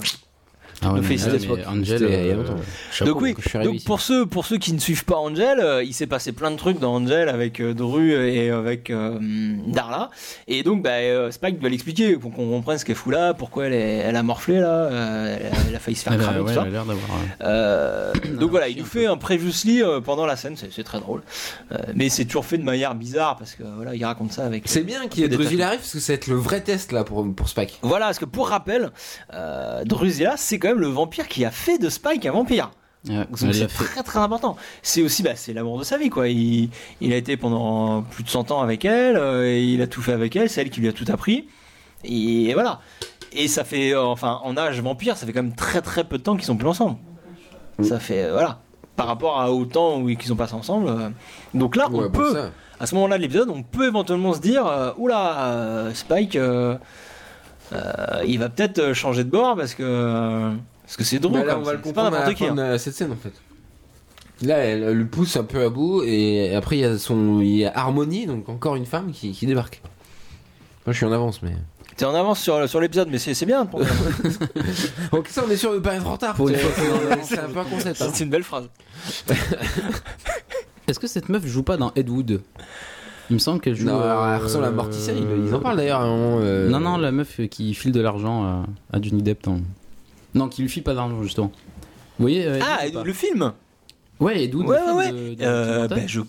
Ah ouais, nous mais- félicitations. mais Angel, C'était il y a euh, longtemps. chapeau. Donc oui, que je suis arrivé donc ici. pour ceux pour ceux qui ne suivent pas Angel, euh, il s'est passé plein de trucs dans Angel avec euh, Dru et avec euh, Darla et donc bah, euh, Spike doit l'expliquer pour qu'on comprenne ce qu'elle fout là, pourquoi elle, est- elle a morflé là, euh, elle, a- elle a failli se faire Eh ben cramer Elle a- tout ouais, elle ça. a l'air d'avoir. euh, Euh, donc voilà, il chier nous un fait un previously euh, pendant la scène, c'est c'est très drôle, Euh, mais c'est toujours fait de manière bizarre parce que voilà, il raconte ça avec. C'est bien qu'il y ait Des Drusilla tâches. arrive parce que ça va être le vrai test là pour, pour Spike. Voilà, parce que pour rappel, euh, Drusilla, c'est quand même le vampire qui a fait de Spike un vampire. ouais, Donc elle l'a c'est fait. très très important. C'est aussi bah, c'est l'amour de sa vie quoi. Il, il a été pendant plus de 100 ans avec elle, euh, et il a tout fait avec elle, c'est elle qui lui a tout appris. Et, voilà. Et ça fait euh, enfin en âge vampire, ça fait quand même très très peu de temps qu'ils sont plus ensemble. Mm. Ça fait euh, voilà. Par rapport à autant où ils- qu'ils sont passés ensemble. euh. donc là, on Ouais, bon, peut, ça. à ce moment-là de l'épisode, on peut éventuellement se dire euh, Oula, euh, Spike, euh, euh, il va peut-être euh, changer de bord parce que euh, parce que c'est drôle. Bah, quand là, on même. va le C'est pas comprendre à n'importe la qui. fin hein. de euh, cette scène en fait. Là, elle, elle le pousse un peu à bout et après il y a son, il y a Harmony, donc encore une femme qui, qui débarque. Moi, je suis en avance, mais. T'es en avance sur, sur l'épisode, mais c'est c'est bien. pour- *laughs* Ok, ça, on est sûr de pas être en retard. Pour une c'est- fois *laughs* c'est un peu un concept. hein. c'est une belle phrase. Est-ce que cette meuf joue pas dans Ed Wood Il me semble qu'elle joue. Non, alors, euh, elle ressemble à Morticia, ils, ils en parlent d'ailleurs. à un moment, euh, Non, non, la meuf qui file de l'argent à, à Johnny Depp dans- Non, qui lui file pas d'argent, justement. Vous voyez euh, Ah, Ed Wood ou le film pas Ouais, Ed Wood, Ouais, le ouais, fan ouais. de- de Euh, ben, Tim Burton. je.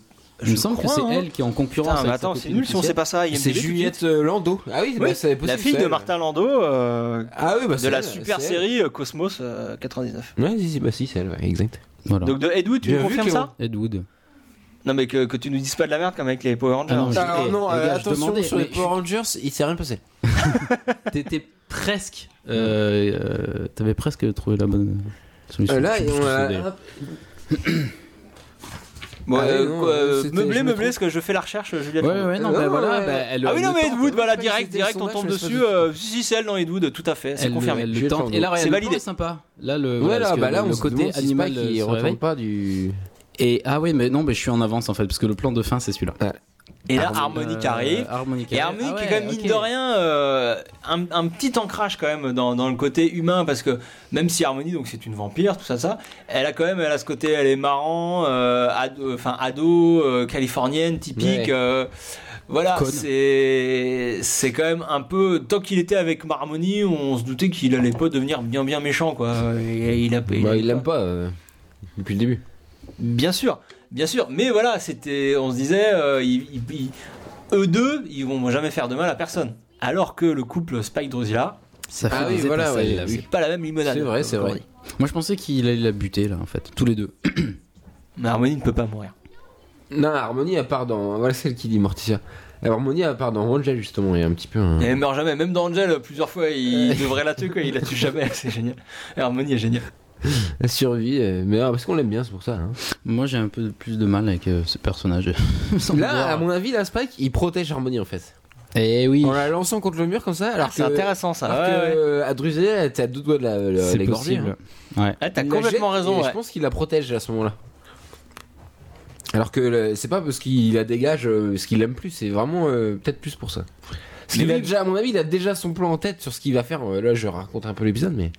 Il me semble que crois, c'est hein. elle qui est en concurrence. Putain, mais avec sa attends, c'est copine nul si on sait officielle. pas ça. IMDb, C'est tout de Juliette suite. euh, Lando. Ah oui, bah, Oui, c'est possible, la fille c'est de elle. Martin Landau euh, Ah oui, bah, de c'est la elle, super c'est elle. série euh, Cosmos euh, 99. Ouais, si, si, bah si, c'est elle, ouais, exact. Voilà. Donc de Ed Wood, tu Bien nous vu, confirmes Clément. ça Ed Wood. Non, mais que, que tu nous dises pas de la merde comme avec les Power Rangers. Ah non, mais- Alors eh, non, les euh, gars, je attention, demandais, sur les mais Power Rangers, il s'est rien passé. T'étais presque. euh, euh, T'avais presque trouvé la bonne. Euh, là, Je et sais on plus a- ce que c'est, d'ailleurs. Bon, Ah ouais, euh, non, quoi, euh, c'était- je meublé, me meublé, trompe. parce que je fais la recherche, Juliette. Ouais, ouais, non, Euh, bah ouais, voilà. ouais. bah, elle, Ah oui, elle non, mais tente, Edwood, euh, voilà, pas direct, hésiter, direct, on sondage, tombe elle se dessus. fait- euh, si, si, c'est elle dans Edwood, tout à Ah, fait, c'est elle le- confirmé. elle Je le vais tente. prendre. Et là, regarde, C'est le plan validé. est sympa. Là, le, Ouais, voilà, là, parce que bah là, le- on le se côté demande si c'est pas animal qui se réveille. retombe pas du. Et ah oui, mais non, mais je suis en avance en fait, parce que le plan de fin c'est celui-là. Et là, Harmonic Euh, arrive. Harmonic Et arrive. Harmonic Ah est ouais, quand même, mine ok. de rien, euh, un, un petit ancrage quand même dans, dans le côté humain, parce que même si Harmony, donc c'est une vampire, tout ça, ça, elle a quand même, elle a ce côté, elle est marrant, euh, ado, enfin ado, euh, californienne, typique. Ouais. euh, voilà, Conne. c'est c'est quand même un peu. Tant qu'il était avec Harmony, on se doutait qu'il allait pas devenir bien bien méchant, quoi. Et il a, il Bah, a- il l'aime pas euh, depuis le début. Bien sûr, bien sûr. Mais voilà, c'était, on se disait, euh, ils- ils- ils- eux deux, ils vont jamais faire de mal à personne. Alors que le couple Spike Drozilla, Ça fait Ah des oui, voilà, étincelles, ouais, là, oui. c'est- c'est pas la même limonade. C'est vrai, c'est comme on vrai. dit. Moi je pensais qu'il allait la buter là en fait, tous les deux. Mais Harmony ne peut pas mourir. Non, Harmonie, à part dans. Voilà celle qui dit Morticia. Harmonie, à part dans Angel, justement, il y a un petit peu. hein, un- Et elle meurt jamais. Même dans Angel, plusieurs fois, *laughs* il devrait la tuer, quoi. Il la tue jamais. *laughs* C'est génial. Harmony est génial. La survie, euh, mais ah, parce qu'on l'aime bien, c'est pour ça. hein. Moi j'ai un peu de- plus de mal avec euh, ce personnage. *laughs* Sans Là, vouloir. à mon avis, la Spike, il protège Harmonie en fait. Eh oui. En la lançant contre le mur comme ça, alors C'est que. intéressant ça. Alors Ouais, que ouais. euh, à Druzel, elle était à deux doigts de la, la- C'est l'égorger, hein. possible. Ah, t'as Il la complètement jette raison. et ouais. Je pense qu'il la protège à ce moment-là. Alors que le- c'est pas parce qu'il la dégage euh, ce qu'il aime plus, c'est vraiment euh, peut-être plus pour ça. Parce Mais qu'il a oui. déjà, à mon avis, il a déjà son plan en tête sur ce qu'il va faire. Euh, Là, je raconte un peu l'épisode, mais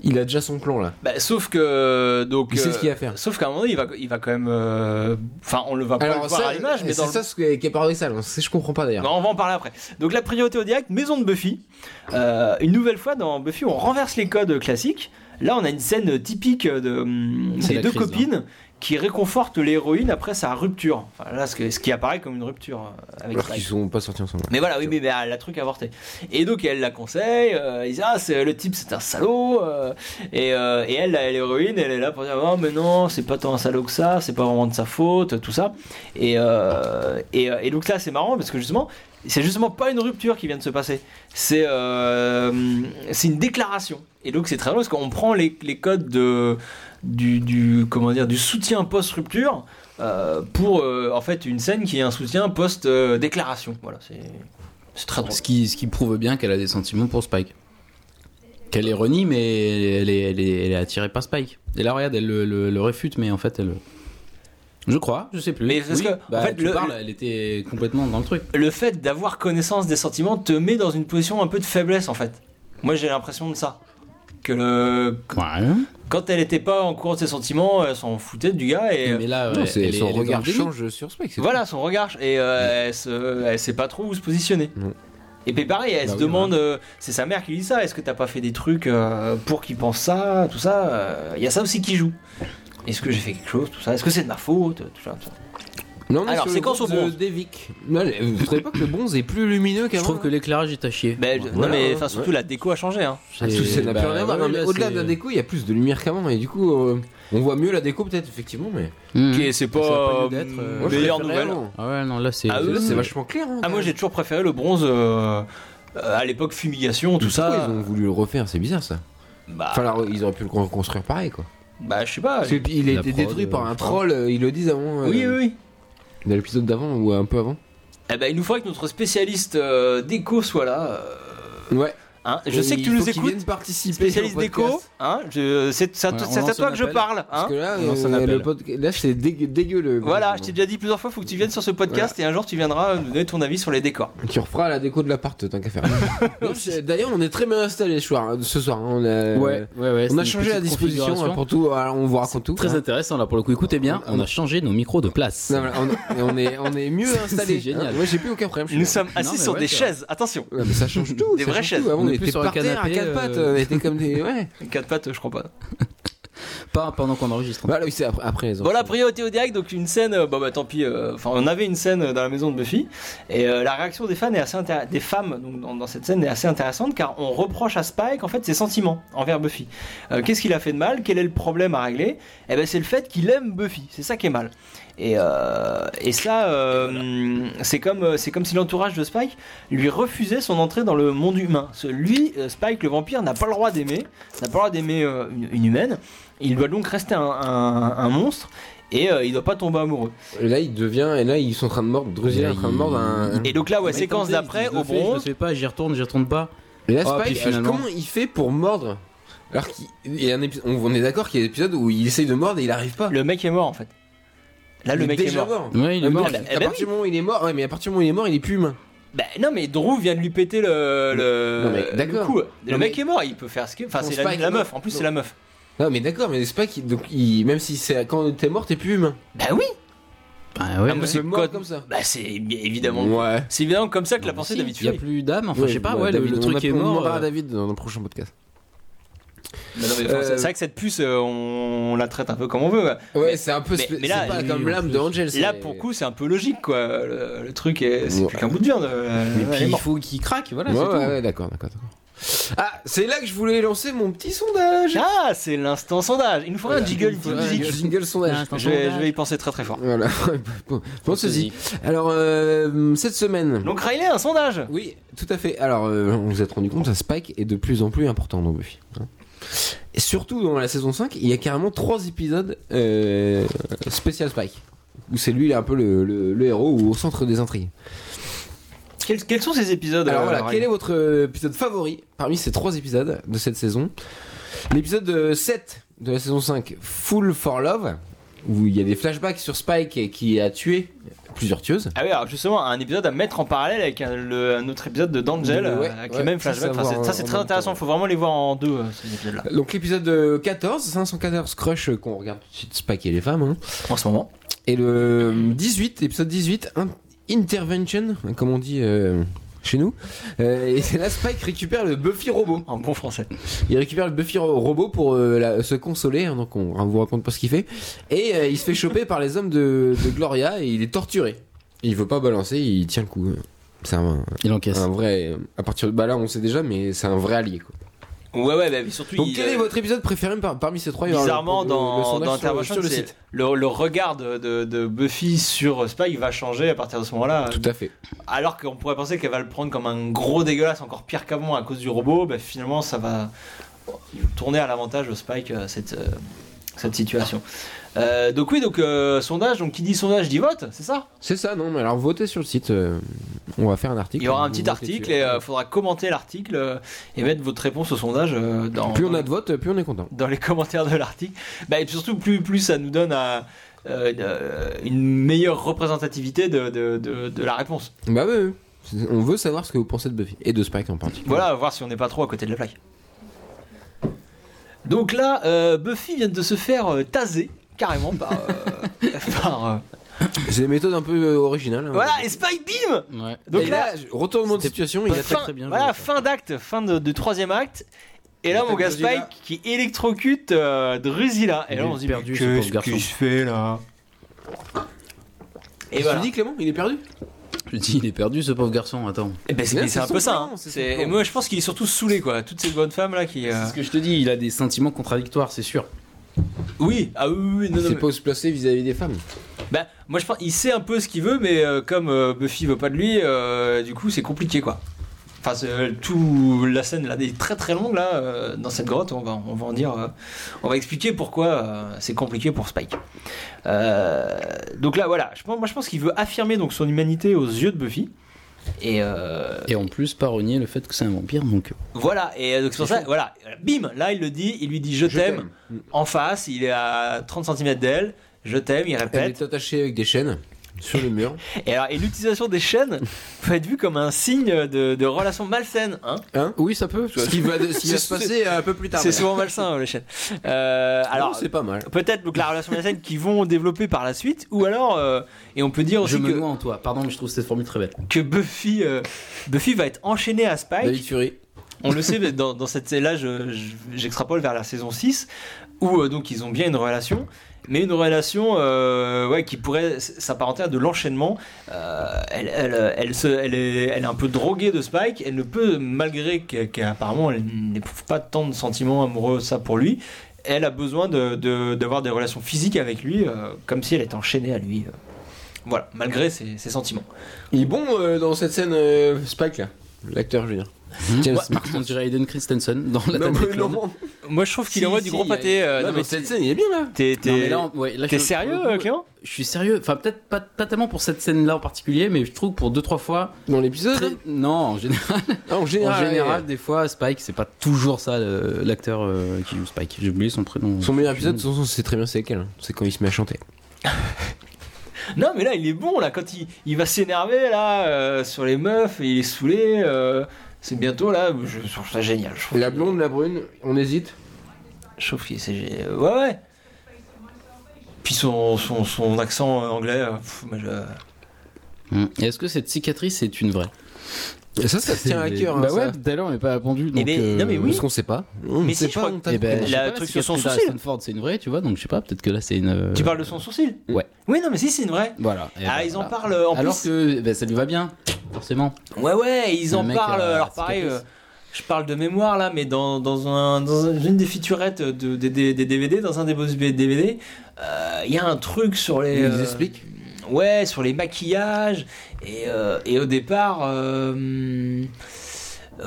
il a déjà son plan là. Bah, sauf que donc. Il sait euh, ce qu'il va faire. Sauf qu'à un moment, il va, il va quand même. euh, Enfin, on le va pas le voir à l'image, mais c'est dans le ça ce qui est, qui est paradoxal. hein. C'est- je comprends pas d'ailleurs. Non, on va en parler après. Donc la priorité au direct, maison de Buffy. Euh, une nouvelle fois dans Buffy, on renverse les codes classiques. Là, on a une scène typique de, hum, C'est des la deux crise, hein. copines qui réconfortent l'héroïne après sa rupture. Enfin, là, ce, que- ce qui apparaît comme une rupture euh, avec Alors Spike. qu'ils sont pas sortis ensemble. Mais voilà, oui, mais, mais elle a le truc avorté. Et donc elle la conseille, euh, il dit ah c'est le type c'est un salaud, euh, et, euh, et elle, elle est héroïne, elle est là pour dire oh mais non c'est pas tant un salaud que ça, c'est pas vraiment de sa faute, tout ça. Et euh, et, euh, et donc là c'est marrant parce que justement c'est justement pas une rupture qui vient de se passer, c'est euh, c'est une déclaration. Et donc c'est très drôle parce qu'on prend les, les codes de du, du comment dire du soutien post rupture. pour euh, en fait une scène qui est un soutien post euh, déclaration voilà c'est c'est très drôle Ce qui, ce qui prouve bien qu'elle a des sentiments pour Spike. Qu'elle les renie, mais elle est, elle, est, elle est attirée par Spike. Et là, regarde, elle le, le- le réfute, mais en fait, elle. Je crois, je sais plus. Mais parce que, en bah, fait, tu le- parles, elle était complètement dans le truc. le fait d'avoir connaissance des sentiments te met dans une position un peu de faiblesse en fait. Moi j'ai l'impression de ça. Que le... Ouais. quand elle n'était pas en courant de ses sentiments, elle s'en foutait du gars et mais là, euh, Non, ouais, c'est- elle est- son elle est dans regard le déni. change sur Spike. c'est voilà son regard et euh, elle, se... elle sait pas trop où se positionner. Non. Et puis pareil, elle Bah se oui, demande, euh, c'est sa mère qui lui dit ça, est-ce que t'as pas fait des trucs euh, pour qu'il pense ça, tout ça, il y a ça aussi qui joue. Est-ce que j'ai fait quelque chose, tout ça, est-ce que c'est de ma faute, tout ça, tout ça. tout. Non, on est Alors, sur le séquence au bronze bronze. de Devic. Non, les- Vous trouvez pas que le bronze est plus lumineux Je qu'avant trouve que l'éclairage est à chier. bah, Ben, je- Voilà, Non mais ouais. enfin, surtout la déco a changé. Hein. Ah, Bah, tout ça n'a plus rien à voir. Non, mais Au-delà de la déco, il y a plus de lumière qu'avant, et du coup, euh, on voit mieux la déco peut-être effectivement, mais Qui est- C'est pas, Ça a euh, pas lieu d'être, euh, meilleure Moi, je nouvelle. Mmh. Ah ouais, non, là, c'est. Ah, c'est- eux, Là, c'est c'est vachement clair. hein, Ah, moi quand j'ai même. toujours préféré le bronze euh, euh, à l'époque fumigation, tout Pourquoi ça. Ils ont voulu le refaire, c'est bizarre ça. Bah, Enfin, alors, ils auraient pu le reconstruire pareil quoi. bah, je sais pas. Parce que il a La été prod, détruit par euh, un je troll, euh, ils le disent avant. euh, Oui, oui, oui. Dans l'épisode d'avant ou un peu avant. Eh ben, il nous faudrait que notre spécialiste euh, déco soit là. euh, Ouais. hein. Je Et sais que tu Euh, il faut nous qu'ils écoutes. viennent participer. Spécialiste sur le déco, podcast. hein, je- c'est c'est à, Ouais, on c'est à lance toi un que je appel. parle. Hein. Parce que là, On lance un euh, appel. le podca- là c'est dégueu, dégueu, le. euh, Voilà, je t'ai déjà dit plusieurs fois, faut que tu viennes sur ce podcast et un jour tu viendras nous donner ton avis sur les décors. Tu referas la déco de l'appart, *laughs* tant qu'à faire. Non, c'est- D'ailleurs, on est très bien installé ce soir. Ce soir, hein, on a, Ouais, ouais, ouais, on c'est a une changé la petite disposition hein, configuration. pour tout. Alors, on vous raconte tout. Très hein. intéressant là pour le coup. Écoutez bien, on a changé nos micros de place. Non, voilà, on, on est, on est mieux *laughs* C'est- installé. c'est génial. Hein, Moi, j'ai plus aucun problème. je suis Nous là. sommes mais assis sur ouais, des c'est chaises, attention. Ouais, mais ça change tout. Des ça vraies change chaises. tout. Avant, On on, est plus était sur un euh, par terre à canapé, *laughs* quatre pattes. euh, On était comme des. Ouais. Quatre pattes, je crois pas. Pas pendant qu'on enregistre. Voilà, oui, c'est après, après les autres. Voilà, priorité au direct, donc une scène, euh, bah, bah tant pis, euh, enfin on avait une scène euh, dans la maison de Buffy, et euh, la réaction des fans est assez intér- des femmes donc, dans, dans cette scène est assez intéressante car on reproche à Spike en fait ses sentiments envers Buffy. Euh, Qu'est-ce qu'il a fait de mal Quel est le problème à régler Eh ben c'est le fait qu'il aime Buffy, c'est ça qui est mal. Et, euh, et ça, euh, c'est comme, euh, c'est comme si l'entourage de Spike lui refusait son entrée dans le monde humain. Ce- Lui, euh, Spike le vampire, n'a pas le droit d'aimer, n'a pas le droit d'aimer euh, une, une humaine. Il doit donc rester un, un- un monstre et euh, il doit pas tomber amoureux. Et là, il devient. Et là, ils sont en train de mordre. Drusilla est en train de mordre un. Et donc là, ouais, Mais séquence attendez, d'après, je le au fais, je le bronze. fais pas, j'y retourne, j'y retourne pas. Et là, Ah, Spike, euh, puis finalement- comment il fait pour mordre Alors qu'il il y a un épisode. On on est d'accord qu'il y a des épisodes où il essaye de mordre et il arrive pas. Le mec est mort en fait. Là, le Il mec est déjà mort. Ouais, il est Ah, mort. donc, Eh ben à partir du moment où il est mort, ouais, mais à partir du moment où il est mort, il est plus humain. Bah, non, mais Drew vient de lui péter le, le, Non, mais le d'accord. coup. Le Non, mec mais- est mort, il peut faire ce qu'il Enfin, Non, c'est la, Spike, la non. meuf, en plus, Non. c'est la meuf. Non, mais d'accord, mais Spike, donc, il... même si c'est quand t'es mort, t'es plus humain. Bah oui, Bah ouais, Ah, mais- mais Il c'est peut mordre code- comme ça. bah c'est évidemment. Ouais. C'est évidemment comme ça que la pensée Ah, Si, d'David Il y a Fury. plus d'âme, enfin je sais pas, bah, ouais, le- David, le on truc a- est On mort. mordra à euh, David dans le prochain podcast. Bah non, mais enfin, Euh, C'est c'est vrai que cette puce, euh, on, on la traite un peu comme on veut. quoi. Ouais, Mais- c'est un peu. mais- spé- mais là, c'est pas oui, comme en l'âme plus. de Angel. c'est- Là, pour le coup, c'est un peu logique, quoi. Le, le truc, est- c'est Ouais. plus qu'un bout de viande. euh, Et elle puis est il morte. faut qu'il craque, voilà, Ouais, c'est ouais, tout. ouais, d'accord, d'accord, d'accord. Ah, c'est là que je voulais lancer mon petit sondage. Ah, c'est l'instant sondage. Il nous faudrait un jingle Ouais, de musique. Jingle sondage. L'instant Je vais, sondage. je vais y penser très très fort. Voilà. *laughs* Pensez-y. Alors, euh, cette semaine. Donc Riley, un sondage. Oui, tout à fait. Alors, euh, on vous êtes rendu compte, ça Spike est de plus en plus important dans Buffy. hein. Et surtout dans la saison 5, il y a carrément trois épisodes euh, spécial Spike. Où c'est lui, il est un peu le, le- le héros ou au centre des intrigues. Quels, quels sont ces épisodes Alors euh, voilà, Riley quel est votre euh, épisode favori parmi ces trois épisodes de cette saison L'épisode euh, 7 de la saison 5, Full for Love, où il y a des flashbacks sur Spike et qui a tué plusieurs tueuses. Ah oui, alors justement, un épisode à mettre en parallèle avec un, le- un autre épisode de D'Angel, euh, Ouais, avec ouais, les mêmes ça, flashbacks. ça Enfin, va c'est- ça, en- c'est en très même intéressant. temps. Faut vraiment les voir en deux, euh, ces épisodes-là. Donc l'épisode euh, 14, 514 Crush euh, qu'on regarde tout de suite Spike et les femmes. hein. En ce moment. Et le euh, 18, épisode 18, in- Intervention, comme on dit euh, chez nous. Euh, et c'est là Spike récupère le Buffy robot. En bon français. Il récupère le Buffy ro- robot pour euh, la- se consoler, hein, donc on, on vous raconte pas ce qu'il fait. Et euh, il se fait choper par les hommes de, de Gloria et il est torturé. Il veut pas balancer, il tient le coup. C'est un, Il encaisse. un vrai. À partir de bah là, on sait déjà, mais c'est un vrai allié. Quoi. Ouais, ouais, bah, mais surtout. Donc il, quel est euh, votre épisode préféré par- parmi ces trois Il y aura le- Bizarrement, le- le dans, sondage dans sur- Intervention, sur le c'est- site. le, le regard de, de- de Buffy sur Spike va changer à partir de ce moment-là. Tout à fait. Alors qu'on pourrait penser qu'elle va le prendre comme un gros dégueulasse, encore pire qu'avant à cause du robot, bah, finalement ça va tourner à l'avantage de Spike euh, cette, euh, cette situation. Euh, donc oui, donc euh, sondage, donc qui dit sondage dit vote, c'est ça C'est ça, non, mais alors votez sur le site. euh, on va faire un article. Il y aura un Vous petit votez article dessus. et euh, il faudra commenter l'article euh, et mettre votre réponse au sondage euh, dans, plus on a de votes, plus on est content. dans les *laughs* commentaires de l'article. Bah, et puis surtout, plus, plus ça nous donne à, euh, euh, une meilleure représentativité de, de, de- de la réponse. Bah oui, oui. C'est- on veut savoir ce que vous pensez de Buffy et de Spike en particulier. Voilà, à voir si on n'est pas trop à côté de la plaque. Donc là, euh, Buffy vient de se faire euh, taser carrément par. euh, par, euh, C'est des méthodes un peu euh, originales. hein. Voilà, et Spike Beam Ouais. Donc Et là, là, je- retournement de c'était situation, il pas- attaque. fin, très bien joué, voilà, ça. fin d'acte, fin de, de troisième acte. Et là, Il mon gars attaque Drusilla. Spike qui électrocute euh, Drusilla. Et Il là, est on se dit, perdu, mais ce pauvre qu'est-ce garçon. que je fais là Et Tu voilà. dis Clément, il est perdu Je dis, il est perdu ce pauvre garçon, attends. Eh ben, c'est Mais là, mais c'est c'est un son peu ça. plan, hein. c'est son C'est- plan. et moi, je pense qu'il est surtout saoulé, quoi. Toutes ces bonnes femmes là qui. euh, C'est ce que je te dis, il a des sentiments contradictoires, c'est sûr. Oui, ah oui, oui, oui, non, non, C'est mais- pas où se placer vis-à-vis des femmes. Bah, moi, je pense, il sait un peu ce qu'il veut, mais euh, comme euh, Buffy veut pas de lui, euh, du coup, c'est compliqué, quoi. Enfin, c'est, euh, tout la scène là est très très longue là euh, dans cette grotte. On va on va en dire, euh, on va expliquer pourquoi euh, c'est compliqué pour Spike. Euh, donc là, voilà, je pense, moi je pense qu'il veut affirmer donc son humanité aux yeux de Buffy. Et euh, Et en plus, pas renier le fait que c'est un vampire, donc. voilà, et euh, donc c'est pour C'est ça, voilà, bim, là il le dit, il lui dit je, t'aime en face, il est à 30 cm d'elle, je t'aime, il Elle répète. est attachée avec des chaînes sur le *laughs* mur. Et, alors, et l'utilisation des chaînes peut être vue comme un signe de, de relation malsaine. Hein Hein Oui, ça peut. Ce qui va, ce qui va se C'est- passer un peu plus tard. c'est mais- souvent malsain, euh, les chaînes. Euh, Non, alors, c'est pas mal. peut-être donc, la relation malsaine qu'ils vont développer par la suite, ou alors, euh, et on peut dire Je aussi me que, noie en toi, pardon, mais je trouve cette formule très bête. Bah, que Buffy, euh, Buffy va être enchaînée à Spike. David Fury. on le sait, mais dans, dans cette là, je- je- j'extrapole vers la saison 6, où euh, donc ils ont bien une relation, mais une relation euh, ouais, qui pourrait s- s'apparenter à de l'enchaînement. Euh, elle, elle, elle, se, elle, est, elle est un peu droguée de Spike, elle ne peut, malgré que- qu'apparemment elle n'éprouve pas tant de sentiments amoureux ça pour lui, elle a besoin de- de- d'avoir des relations physiques avec lui, euh, comme si elle était enchaînée à lui. euh. Voilà, malgré ses, ses sentiments. Il est bon euh, dans cette scène euh, Spike là, l'acteur je veux dire. Mmh. James Ouais, on dirait Aiden Christensen dans la Non, tête mais des clones. non. Moi je trouve qu'il envoie du gros pâté, euh, Non, mais cette scène il est bien là. T'es euh, Non, mais là, on- ouais, là, je- pour le coup, Clément Je suis sérieux. Enfin, peut-être pas, pas tellement pour cette scène-là en particulier, mais je trouve que pour deux trois fois. Dans l'épisode très- Non, en général, hein En en général. général, des fois, Spike, c'est pas toujours ça le- l'acteur euh, qui joue Spike. J'ai oublié son prénom. ouais. euh, Son meilleur épisode, de toute façon, c'est très bien, c'est lequel hein C'est quand il se met à chanter. Non, mais là, il est bon, là, quand il, il va s'énerver, là, euh, sur les meufs, il est saoulé. euh, c'est bientôt, là, je je trouve ça génial. Je trouve La que- blonde, la brune, on hésite. Je trouve que c'est gé- euh, Ouais, ouais. Puis son, son, son accent euh, anglais. euh, pff, moi, je- Hum. Et Est-ce que cette cicatrice est une vraie Et ça, ça te Eh tient à cœur. hein, Bah ça. ouais, tout à l'heure on n'est pas répondu. Donc, ben, non, mais euh, oui. Parce qu'on sait pas. On Mais ne si, sait je pas. crois on Eh t'a- ben, je sais la pas, truc la sur son cicatrice à sourcil. Stanford, c'est une vraie, tu vois. Donc je sais pas. Peut-être que là, c'est une. euh, Tu parles de son sourcil Ouais. Oui, non, mais si, c'est une vraie. Voilà. Et Ah, ben, ils en voilà. parlent euh, en Alors plus. que ben, ça lui va bien, forcément. Ouais, ouais, ils Le en mec, parlent. euh, alors, cicatrice. pareil, euh, je parle de mémoire là, mais dans, dans, un, dans un- une des featurettes de, des, des- des DVD, dans un des bonus DVD, euh, il y a un truc sur les. Ils euh, expliquent Ouais, sur les maquillages. Et, euh, et au départ. euh,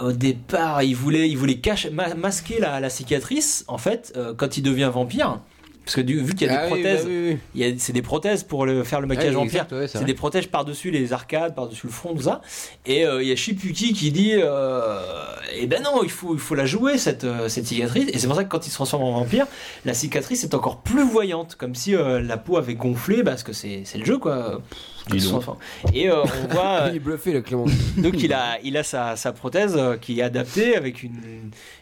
au départ, il voulait, il voulait cacher, ma- masquer la, la cicatrice, en fait, euh, quand il devient vampire. Parce que du- vu qu'il y a des Ah oui, prothèses, bah oui, oui. il y a- c'est des prothèses pour le, faire le maquillage Ah, en pierre. exact, ouais, c'est C'est vrai. des protèges par-dessus les arcades, par-dessus le front, tout ça. Et euh, il y a Shipuki qui dit euh, Eh ben non, il faut, il faut la jouer, cette, euh, cette cicatrice. Et c'est pour ça que quand il se transforme en vampire, la cicatrice est encore plus voyante, comme si euh, la peau avait gonflé, parce que c'est c'est le jeu, quoi. Dis donc. Enfin, Et euh, on voit. *laughs* Il est bluffé, le Clément. donc il a, il a sa, sa prothèse euh, qui est adaptée avec une,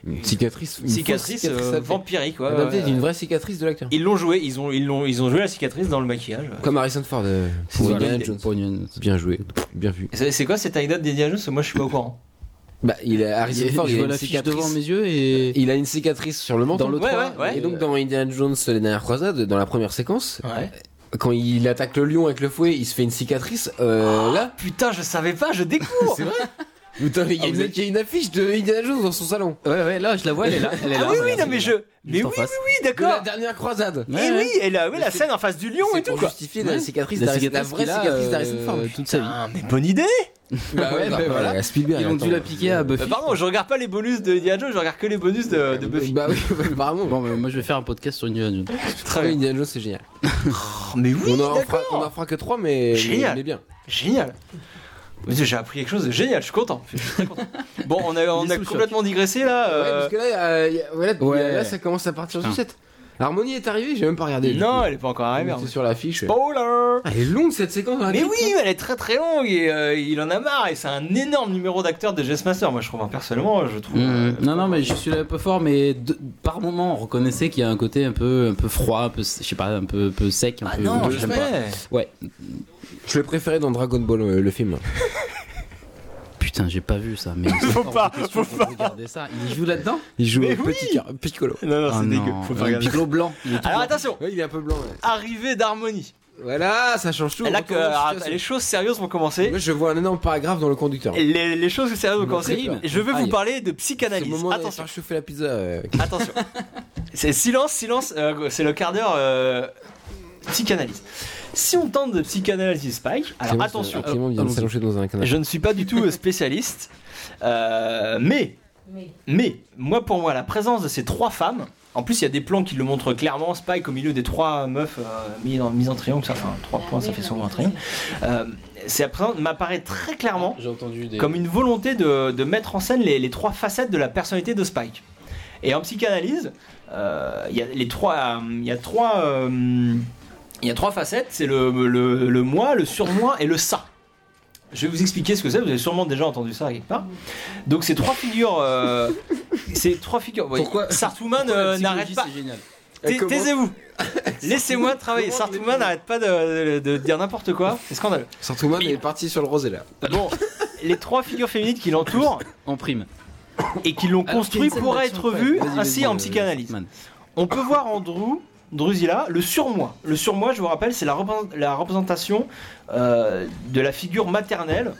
Une cicatrice. une cicatrice, fausse euh, adaptée. vampirique. ouais, Adaptée ouais, d'une ouais. vraie cicatrice de l'acteur. Ils l'ont joué, ils ont, ils, l'ont, ils ont joué la cicatrice dans le maquillage. Comme Harrison Ford euh, C'est pour ça, Indiana l'idée. Jones. Pour une- Bien joué, bien vu. Et C'est c'est quoi cette anecdote d'Indiana Jones Moi je suis pas au courant. Bah, il a Je Harrison Ford, il a vois une la fiche cicatrice. devant mes yeux et. Il a une cicatrice sur le menton. Dans le Ouais, trois, ouais, ouais. Et donc dans Indiana Jones les dernières croisades, dans la première séquence, Ouais. quand il attaque le lion avec le fouet, il se fait une cicatrice Ah. euh, là. Putain, je savais pas, je *laughs* découvre. C'est vrai Putain, mais il y, a Ah, une- vous êtes- il y a une affiche de Indiana Jones dans son salon. Ouais, ouais, là, je la vois, elle est là. Elle est ah là, oui, oui, regarde, non, mais je. Mais Juste en oui, oui, face. oui, De la d'accord. dernière croisade. Et Ouais, ouais. oui, et là, oui, la C'est- scène en face du lion C'est et tout pour quoi. justifier la Ouais. cicatrice, La d'Harrison- cicatrice la vraie qu'il a, cicatrice d'Harrison euh, Ford. toute sa vie. Ah, mais bonne idée. Bah Ouais, ouais, bah bah voilà. voilà. Bah, Spielberg. Ils ont dû attends. la piquer à Buffy. Pardon, je regarde pas les bonus de Indiana Jones, je regarde que les bonus de, de Buffy. Bah oui, *laughs* apparemment. Bon, bah, moi je vais faire un podcast sur Indiana Jones. Très bien. Indiana Jones, c'est génial. Oh, mais oui, on, en fera, on en d'accord. fera que 3, mais Génial. on est bien. Génial. Mais J'ai appris quelque chose de génial, je suis content. Je suis très content. Bon, on a, on Il est a sous le complètement digressé là. Ouais, euh, parce que là, euh, y a- voilà, Ouais. là, ça commence à partir sur Ah. 7. Harmonie est arrivée, j'ai même pas regardé. Non, elle est pas encore arrivée. C'est sur l'affiche. Spoiler Elle est longue cette séquence. hein, Mais putain. oui, elle est très très longue et euh, il en a marre et c'est un énorme numéro d'acteur de Jess Master. Moi je trouve, hein, personnellement, je trouve. euh, Mmh. non, non, mais je suis là un peu fort, mais de- par moment, on reconnaissait qu'il y a un côté un peu, un peu froid, un peu, je sais pas, un peu, un peu sec. Un Ah peu, non, que je j'aime pas. sais. Ouais, Je l'ai préféré dans Dragon Ball, euh, le film. putain, j'ai pas vu ça, mais. *laughs* Faut pas, faut pas. Regardez ça, il joue là-dedans Il joue Mais au oui. petit car- Piccolo. Non, non, Ah c'est dégueu. non, Faut Euh, pas un regarder. Piccolo blanc. il est tout Alors blanc. attention, Ouais, il est un peu blanc. ouais. arrivée d'harmonie. Voilà, ça change tout. Là on que ah, retourne dans la alors, les situation. choses sérieuses vont commencer. Là, je vois un énorme paragraphe dans le conducteur. Les, les choses sérieuses vont Le commencer. crime. Je vais vous Aïe. parler de C'est le psychanalyse. moment d'aller Attention, faire chauffer la pizza. euh, *laughs* attention. C'est silence, silence. euh, c'est le quart d'heure euh, psychanalyse. Si on tente de psychanalyser Spike, alors Clément, attention. euh, Clément vient de allons-y. s'allonger dans un canapé. Je ne suis pas du tout euh, spécialiste, euh, mais, mais, moi pour moi, la présence de ces trois femmes, en plus il y a des plans qui le montrent clairement, Spike au milieu des trois meufs euh, mises en, mises en triangle, ça fait un- trois points, ça fait souvent un triangle, euh, c'est la présence- m'apparaît très clairement J'ai entendu des. comme une volonté de, de mettre en scène les, les trois facettes de la personnalité de Spike. Et en psychanalyse, euh, il y a les trois, euh, il y a trois, euh, il y a trois facettes. C'est le, le, le moi, le surmoi et le ça. Je vais vous expliquer ce que c'est. Vous avez sûrement déjà entendu ça quelque part. Donc ces trois figures, euh, ces trois figures. oui, Pourquoi- Sartouman Pourquoi la euh, n'arrête psychologie, pas. c'est génial. Tais- *laughs* Comment- Taisez-vous. Laissez-moi travailler. Comment- Sartouman n'arrête pas de, de- de dire n'importe quoi. C'est scandaleux. Surtout moi, il est parti sur le rosé là. Bon, les trois figures féminines qui l'entourent. En prime. et qui l'ont Alors, construit quelle scène pour d'action, être ouais. vu Vas-y, vas-y, ainsi en euh, psychanalyse. Man. On peut voir en Drew, Drusilla, le surmoi. Le surmoi, je vous rappelle, c'est la, représent- la représentation euh, de la figure maternelle.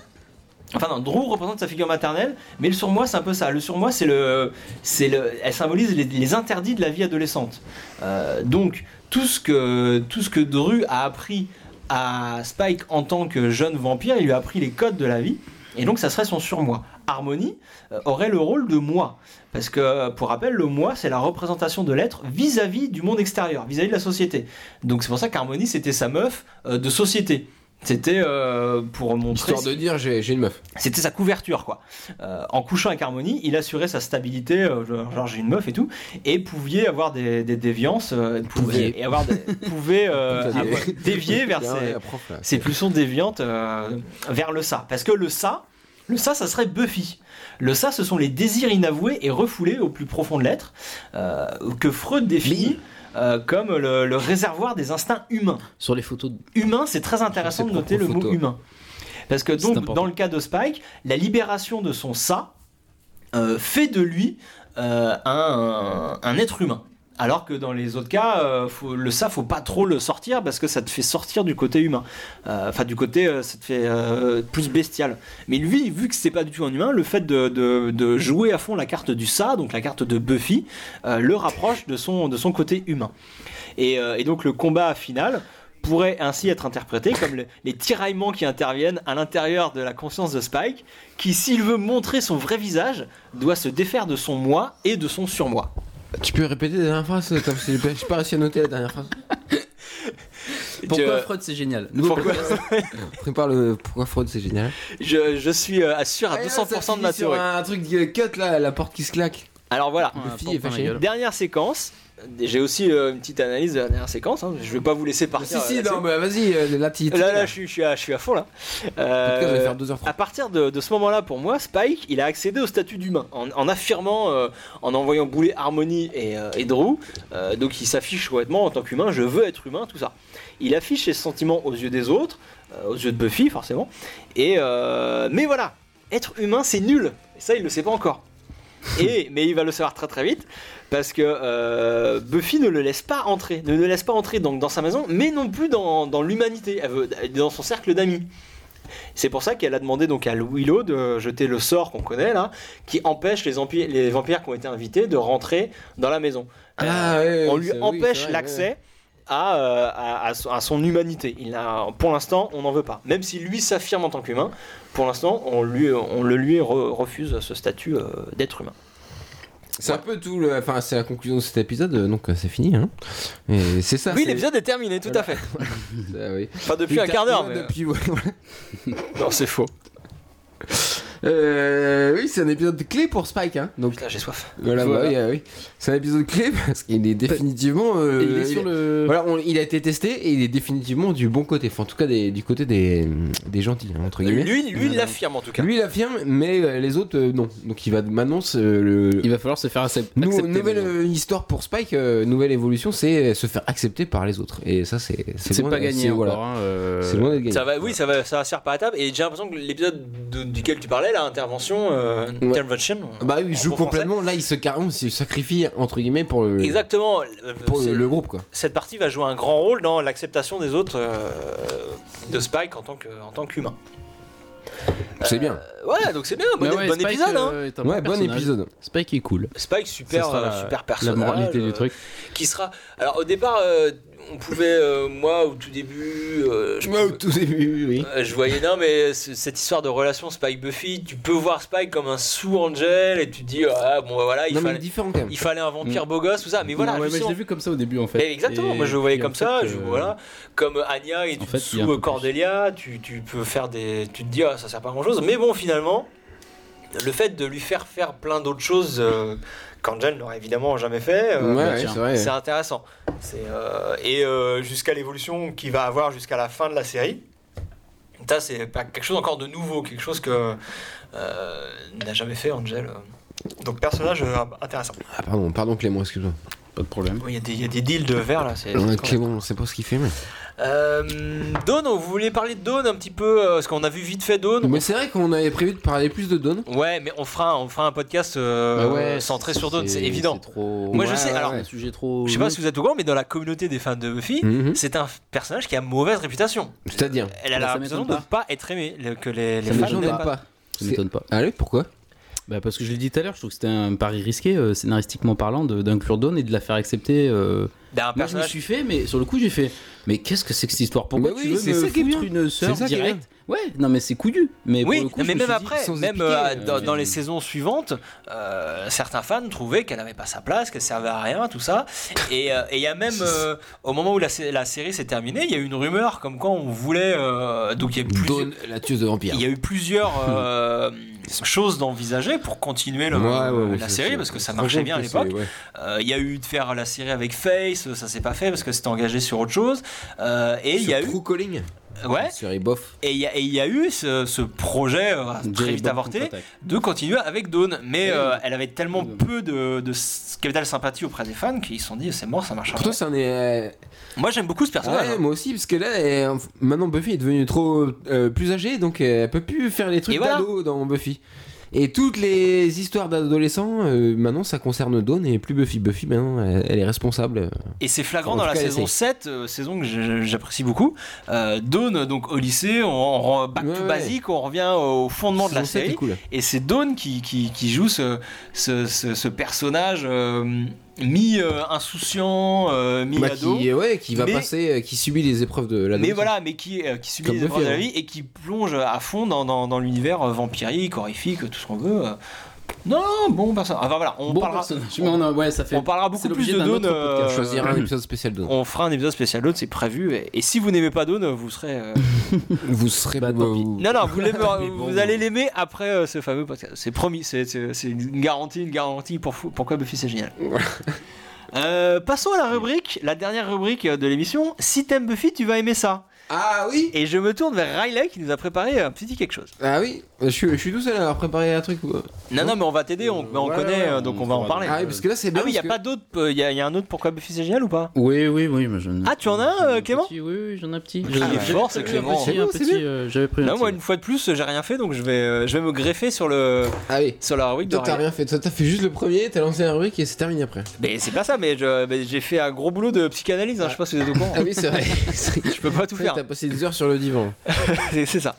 Enfin non, Drew représente sa figure maternelle, mais le surmoi, c'est un peu ça. Le surmoi, c'est le, c'est le, elle symbolise les, les interdits de la vie adolescente. Euh, donc tout ce que tout ce que Drew a appris à Spike en tant que jeune vampire, il lui a appris les codes de la vie. Et donc ça serait son surmoi. Harmony euh, aurait le rôle de moi. Parce que, pour rappel, le moi, c'est la représentation de l'être vis-à-vis du monde extérieur, vis-à-vis de la société. Donc c'est pour ça qu'Harmonie, c'était sa meuf euh, de société. C'était euh, pour montrer. Histoire de dire, j'ai j'ai une meuf. C'était sa couverture, quoi. Euh, en couchant avec Harmonie, il assurait sa stabilité, euh, genre genre, j'ai une meuf et tout, et pouviez avoir des, des déviances, euh, pouvait, Pouviez. et avoir des, pouvait euh, Ça, avoir- c'est- dévier vers Ah ouais, ses, la prof, là. ces pulsions déviantes euh, vers le ça. Parce que le ça, le ça, ça serait Buffy. Le ça, ce sont les désirs inavoués et refoulés au plus profond de l'être, euh, que Freud définit euh, comme le, le réservoir des instincts humains. Sur les photos. de- Humain, c'est très intéressant Ses de noter le propres mot photos. humain. Parce que C'est donc, important. dans le cas de Spike, la libération de son ça euh, fait de lui euh, un, un être humain. Alors que dans les autres cas, euh, faut- le ça, faut pas trop le sortir parce que ça te fait sortir du côté humain. Euh, Enfin, du côté, euh, ça te fait euh, plus bestial. Mais lui, vu que c'est pas du tout un humain, le fait de, de- de jouer à fond la carte du ça, donc la carte de Buffy, euh, le rapproche de son, de son côté humain. Et, euh, et donc le combat final pourrait ainsi être interprété comme le- les tiraillements qui interviennent à l'intérieur de la conscience de Spike, qui, s'il veut montrer son vrai visage, doit se défaire de son moi et de son surmoi. Tu peux répéter la dernière phrase Tom, s'il te plaît J'ai pas réussi à noter la dernière phrase. Pourquoi Je- euh, Freud c'est génial Pourquoi *laughs* Prépare le pourquoi Freud, c'est génial. je, je suis euh, sûr à Ah, là, 200% de ça ma finit sur théorie. Un truc de cut là, la porte qui se claque. Alors voilà, Le fille est fâché. dernière séquence. J'ai aussi euh, une petite analyse de la dernière séquence. hein. Je vais pas vous laisser partir. si si, euh, là-dessus. non, mais vas-y, euh, là t'y Là, là, je suis, je suis à, je suis à fond là. En tout cas, je vais Euh, faire 2h30. à partir de, de ce moment-là, pour moi, Spike, il a accédé au statut d'humain en, en affirmant, euh, en envoyant bouler Harmony et, euh, et Drew. euh, donc, il s'affiche honnêtement en tant qu'humain. Je veux être humain, tout ça. Il affiche ses sentiments aux yeux des autres, euh, aux yeux de Buffy, forcément. Et euh, mais voilà, être humain, c'est nul. Et ça, il le sait pas encore. Et mais il va le savoir très très vite parce que euh, Buffy ne le laisse pas entrer, ne le laisse pas entrer donc dans sa maison, mais non plus dans, dans l'humanité, elle veut- dans son cercle d'amis. C'est pour ça qu'elle a demandé donc à Willow de jeter le sort qu'on connaît là, qui empêche les, empi- les vampires qui ont été invités de rentrer dans la maison. Ah, ouais, Euh, on oui, lui c'est- oui, c'est empêche vrai, l'accès à, euh, à- à son- à son humanité. Il n'a- pour l'instant, on n'en veut pas. Même si lui s'affirme en tant qu'humain, pour l'instant, on, lui, on le lui re- refuse ce statut euh, d'être humain. C'est un peu tout le. Enfin, c'est la conclusion de cet épisode, euh, donc euh, c'est fini. Hein. Et c'est ça. *laughs* oui, c'est- l'épisode est terminé, tout à fait. Ah, oui. Enfin, depuis un quart d'heure. mais- euh. Depuis, ouais, voilà. Non, c'est faux. Euh, oui, c'est un épisode clé pour Spike. Hein. Donc Putain, j'ai soif. voilà, bah Voilà. oui, ah oui. c'est un épisode clé parce qu'il est définitivement. euh, Et il est sur le. Voilà, on- il a été testé et il est définitivement du bon côté. Enfin, en tout cas, des- du côté des, des gentils, hein, entre guillemets. Lui, lui il l'affirme en tout cas. Lui, il affirme, mais euh, les autres, euh, non. Donc, il va maintenant euh, le. Il va falloir se faire accep- Nou- accepter. nouvelle maintenant. euh, histoire pour Spike, euh, nouvelle évolution, c'est euh, se faire accepter par les autres. Et ça, c'est C'est loin pas de- gagné c'est- encore. voilà. hein, euh, C'est loin d'être gagné. Ça va, oui, ça va, ça va se faire pas à table. Et j'ai l'impression que l'épisode de- duquel tu parlais, là, intervention, euh, Ouais. intervention. Bah oui, en il joue bon français. complètement. Là, il se carrément, il se sacrifie entre guillemets pour le, Exactement. euh, pour c'est- le, le groupe quoi. Cette partie va jouer un grand rôle dans l'acceptation des autres euh, de Spike en tant que- en tant qu'humain. C'est bien. Euh, ouais, donc c'est bien. Bon, Mais ouais, bon Spike, épisode. hein. euh, est un Ouais, bon personnage. épisode. Spike est cool. Spike, super, Ça sera euh, super personnage. La moralité euh, du truc. Qui sera. Alors au départ, euh, on pouvait, euh, moi, au tout début, euh, je Moi, au tout début, oui. Euh, Je voyais, non, mais c- cette histoire de relation Spike-Buffy, tu peux voir Spike comme un sous-Angel et tu te dis, ah bon, bah voilà, il, Non, mais fallait, différent quand même. il fallait un vampire beau gosse, tout ça. Mais voilà, Mm. Ouais, ouais, mais je justement. l'ai vu comme ça au début en fait. Mais exactement, Et moi je le voyais puis, en comme fait, ça, je, euh, voilà, comme Anya et en fait, il y a un peu sous euh, plus. Cordelia, tu, tu peux faire des, tu te dis ah, ça sert pas à grand chose, mais bon finalement, le fait de lui faire faire plein d'autres choses euh, qu'Angel n'aurait évidemment jamais fait, euh, Ouais, bah, ouais, c'est tiens. vrai. c'est intéressant. C'est, euh, et euh, jusqu'à l'évolution qu'il va avoir jusqu'à la fin de la série. Ça, c'est pas quelque chose encore de nouveau, quelque chose que euh, n'a jamais fait Angel. Donc, personnage euh, intéressant. Ah, pardon, pardon Clément, excuse-moi. Pas de problème. Il y, a des- il y a des deals de verre là. c'est- Ok, bon, on sait pas ce qu'il fait, mais. Euh, Dawn, on voulait parler de Dawn un petit peu, euh, parce qu'on a vu vite fait Dawn. Mais c'est vrai qu'on avait prévu de parler plus de Dawn. Ouais, mais on fera, on fera un podcast euh, Bah ouais, centré sur Dawn, c'est c'est- évident. c'est Trop... Moi, je sais, alors- c'est un sujet trop. Je sais pas si vous êtes au courant, mais dans la communauté des fans de Buffy, Mhm. c'est un personnage qui a mauvaise réputation. C'est-à-dire, Elle a Bah, la ça réputation de m'étonne ne pas être aimée, le- que les, les Ça les fans gens m'étonne n'aiment n'aiment pas. pas. Ça m'étonne pas. Allez, pourquoi Bah parce que je l'ai dit tout à l'heure, je trouve que c'était un pari risqué, euh, scénaristiquement parlant, de- d'inclure Dawn et de la faire accepter. euh, D'un Moi, je me personnage. suis fait, mais sur le coup, j'ai fait. Mais qu'est-ce que c'est que cette histoire Pourquoi Bah tu oui, veux c'est me ça qui est foutre bien. une sœur C'est ça qui est directe Ouais, non mais c'est couillu. Mais pour Oui, le coup, je mais me même suis dit, après, sans même expliquer, euh, dans, euh, dans les saisons suivantes, euh, certains fans trouvaient qu'elle n'avait pas sa place, qu'elle servait à rien, tout ça. Et euh, et il y a *laughs* même, euh, au moment où la, sé- la série s'est terminée, il y a eu une rumeur comme quand on voulait. euh, donc il y a plus- Dawn, la tueuse de vampires. Il y a eu *laughs* plusieurs euh, choses d'envisager pour continuer le- la série parce que ça marchait bien à l'époque. Euh, Il y a eu de faire la série avec Face, ça s'est pas fait parce que c'était engagé sur autre chose. Euh, et il y a eu, True Calling. ouais, Série bof. et il y, a- et il y a eu ce, ce projet euh, très Jerry vite Bob avorté contre-attaque. de continuer avec Dawn, mais Eh Oui. euh, elle avait tellement Oui. peu de, de s- capital sympathie auprès des fans qu'ils se sont dit c'est mort, ça marchera Pourtant, pas. ça en est. Moi j'aime beaucoup ce personnage. Ouais, hein. moi aussi, parce que là, elle- maintenant Buffy est devenue trop euh, plus âgée, donc elle peut plus faire les trucs Et voilà. d'ado dans Buffy. Et toutes les histoires d'adolescents, euh, maintenant ça concerne Dawn et plus Buffy. Buffy, maintenant, elle, elle est responsable. Et c'est flagrant En dans tout la cas, saison elle 7, euh, saison que je- j'apprécie beaucoup. Euh, Dawn, donc au lycée, on, on re- back Ouais, to ouais. basique, on revient au fondement de la Saison sept est série. cool. Et c'est Dawn qui, qui, qui joue ce, ce, ce- ce personnage euh, mi-insouciant, Bah, mi-ado. qui, ouais, qui va Mais- passer, euh, qui subit les épreuves de la mais voilà, mais qui, euh, qui subit Comme les épreuves de Buffy, la hein. vie et qui plonge à fond dans, dans, dans l'univers euh, vampirique, horrifique, tout ce qu'on veut. euh. Non, bon personnage. Enfin voilà, on Bon parlera. personnage, on- mais on a- ouais, ça fait. on parlera beaucoup c'est plus l'objet de d'un Dawn. autre podcast. euh, Choisir un épisode spécial de On fera un épisode spécial Dawn, c'est prévu. Et, et si vous n'aimez pas Dawn, vous serez. *laughs* euh, Vous serez Bah, tant pis. vous- Non, non, vous, l'aimerez- *laughs* Mais bon. vous allez l'aimer après euh, ce fameux podcast. C'est promis, c'est c'est- c'est une garantie, une garantie pour fou- pourquoi Buffy c'est génial. Euh, passons à la rubrique, la dernière rubrique euh, de l'émission. Si t'aimes Buffy, tu vas aimer ça. Ah oui Et je me tourne vers Riley qui nous a préparé un petit quelque chose. Ah oui Je suis, je suis tout seul à avoir préparé un truc. ou quoi Non, non, mais on va t'aider, on, Euh, mais on ouais, connaît, ouais, euh, donc on, on va en fera- parler. Ah oui, parce que là c'est bien. Ah oui, il n'y a parce que- pas d'autre, il y, a- y a un autre pourquoi Buffy c'est génial ou pas Oui, oui, oui, mais je. Ah, tu en as, euh, J'en ai un Clément petit, Oui, oui, j'en ai un petit. Ah, il est fort, ce c'est Clément. Un C'est petit, bien. euh, j'avais pris un Non, petit. moi une fois de plus, j'ai rien fait, donc je vais, euh, je vais me greffer sur le Ah oui. sur la rubrique de Toi t'as Riley. rien fait, toi t'as fait juste le premier, t'as lancé la rubrique et c'est terminé après. Mais c'est pas ça, mais je- mais j'ai fait un gros boulot de psychanalyse, hein, je sais pas si vous êtes au *laughs* courant. Ah oui c'est vrai. Je peux pas tout faire, T'as passé des heures sur le divan. c'est c'est ça.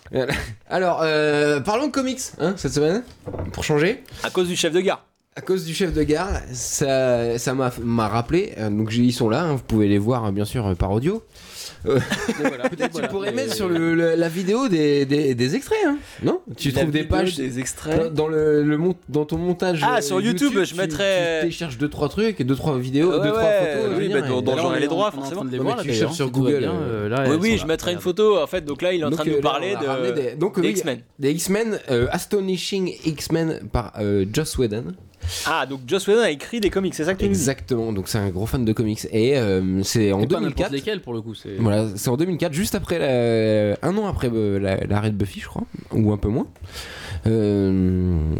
Alors euh, parlons de comics hein, cette semaine pour changer. À cause du chef de gare. À cause du chef de gare, ça ça m'a m'a rappelé. euh, Donc j'ai- ils sont là, hein, vous pouvez les voir hein, bien sûr euh, par audio. Euh, Peut-être tu pourrais euh, mettre sur le- le- la vidéo des, des- des extraits, hein, non Tu La trouves des vidéo pages des Dans- extraits. Dans, le, le mont- dans ton montage. Ah, euh, sur YouTube, je tu- mettrais- euh, Tu télécharges 2-3 trucs, 2-3 vidéos, Ouais, 2-3 ouais, photos. je veux oui, bah, dire, dans- et- dans- Alors, j'en ai les on est en- droits, on est en train forcément. de les Non, voir, là, mais tu cherches d'ailleurs, sur tout va Google, bien, euh, là, Oui, elles oui, sont je là. mettrai une Regarde. photo. En fait, donc là, il est en train de Donc, nous euh, là, on parler a ramené de des- Donc, des oui, X-Men. des X-Men, euh, Astonishing X-Men par euh, Joss Whedon. Ah, donc Joss Whedon a écrit des comics, c'est ça que tu nous dis Exactement, donc c'est un gros fan de comics. Et euh, c'est en Et pas n'importe 2004. lesquels pour le coup. c'est- Voilà, c'est en 2004, juste après la- un an après euh, la- l'arrêt de Buffy, je crois, ou un peu moins. Euh,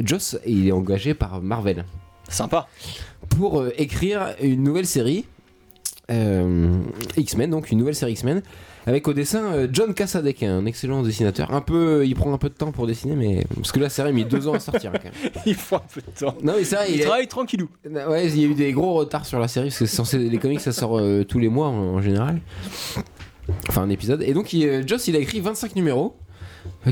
Joss, il est engagé par Marvel. Sympa. pour euh, écrire une nouvelle série euh, X-Men, donc une nouvelle série X-Men, avec au dessin euh, John Cassaday, qui est un excellent dessinateur. Un peu, il prend un peu de temps pour dessiner, mais parce que la série a mis deux ans à sortir. hein, quand même. Il faut un peu de temps. Non, mais c'est vrai, Il il est- travaille tranquillou. ouais, il y a eu des gros retards sur la série parce que c'est censé les comics ça sort euh, tous les mois en, en général. Enfin, un épisode. Et donc, il, euh, Joss, il a écrit 25 numéros.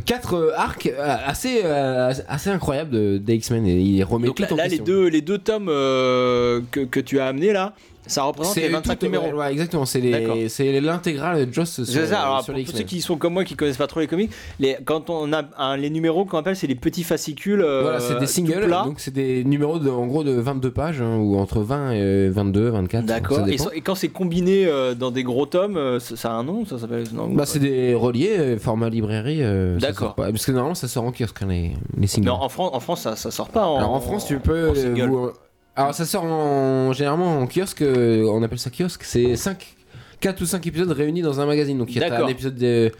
4 arcs euh, assez, euh, assez incroyables de- des X-Men et il remet Donc là, tout en là, les, question. deux, les deux tomes euh, que, que tu as amenés là, ça représente les 25 tout- numéros. ouais, ouais, exactement, c'est D'accord. les- c'est l'intégrale de Joss sur, C'est ça, alors sur pour les tous ceux X-Men. qui sont comme moi qui connaissent pas trop les comics, les, quand on a un- les numéros qu'on appelle, c'est les petits fascicules. euh, Voilà, c'est tout des singles, plats. donc c'est des numéros de, en gros de 22 pages, hein, ou entre 20 et 22, 24. ça D'accord. Et, dépend. so- et quand c'est combiné euh, dans des gros tomes, euh, ça, ça a un nom, ça s'appelle non, Bah, c'est des reliés, euh, format librairie. euh, ça D'accord. sort pas- Parce que normalement, ça sort en kiosque, hein, les, les singles. Mais en, en France, en France, ça, ça sort pas. En, alors en France, tu peux. en euh, single. vous- alors ça sort en- généralement en kiosque, euh, on appelle ça kiosque, c'est 5 4 ou 5 épisodes réunis dans un magazine. Donc il y a t'as D'accord. un épisode de-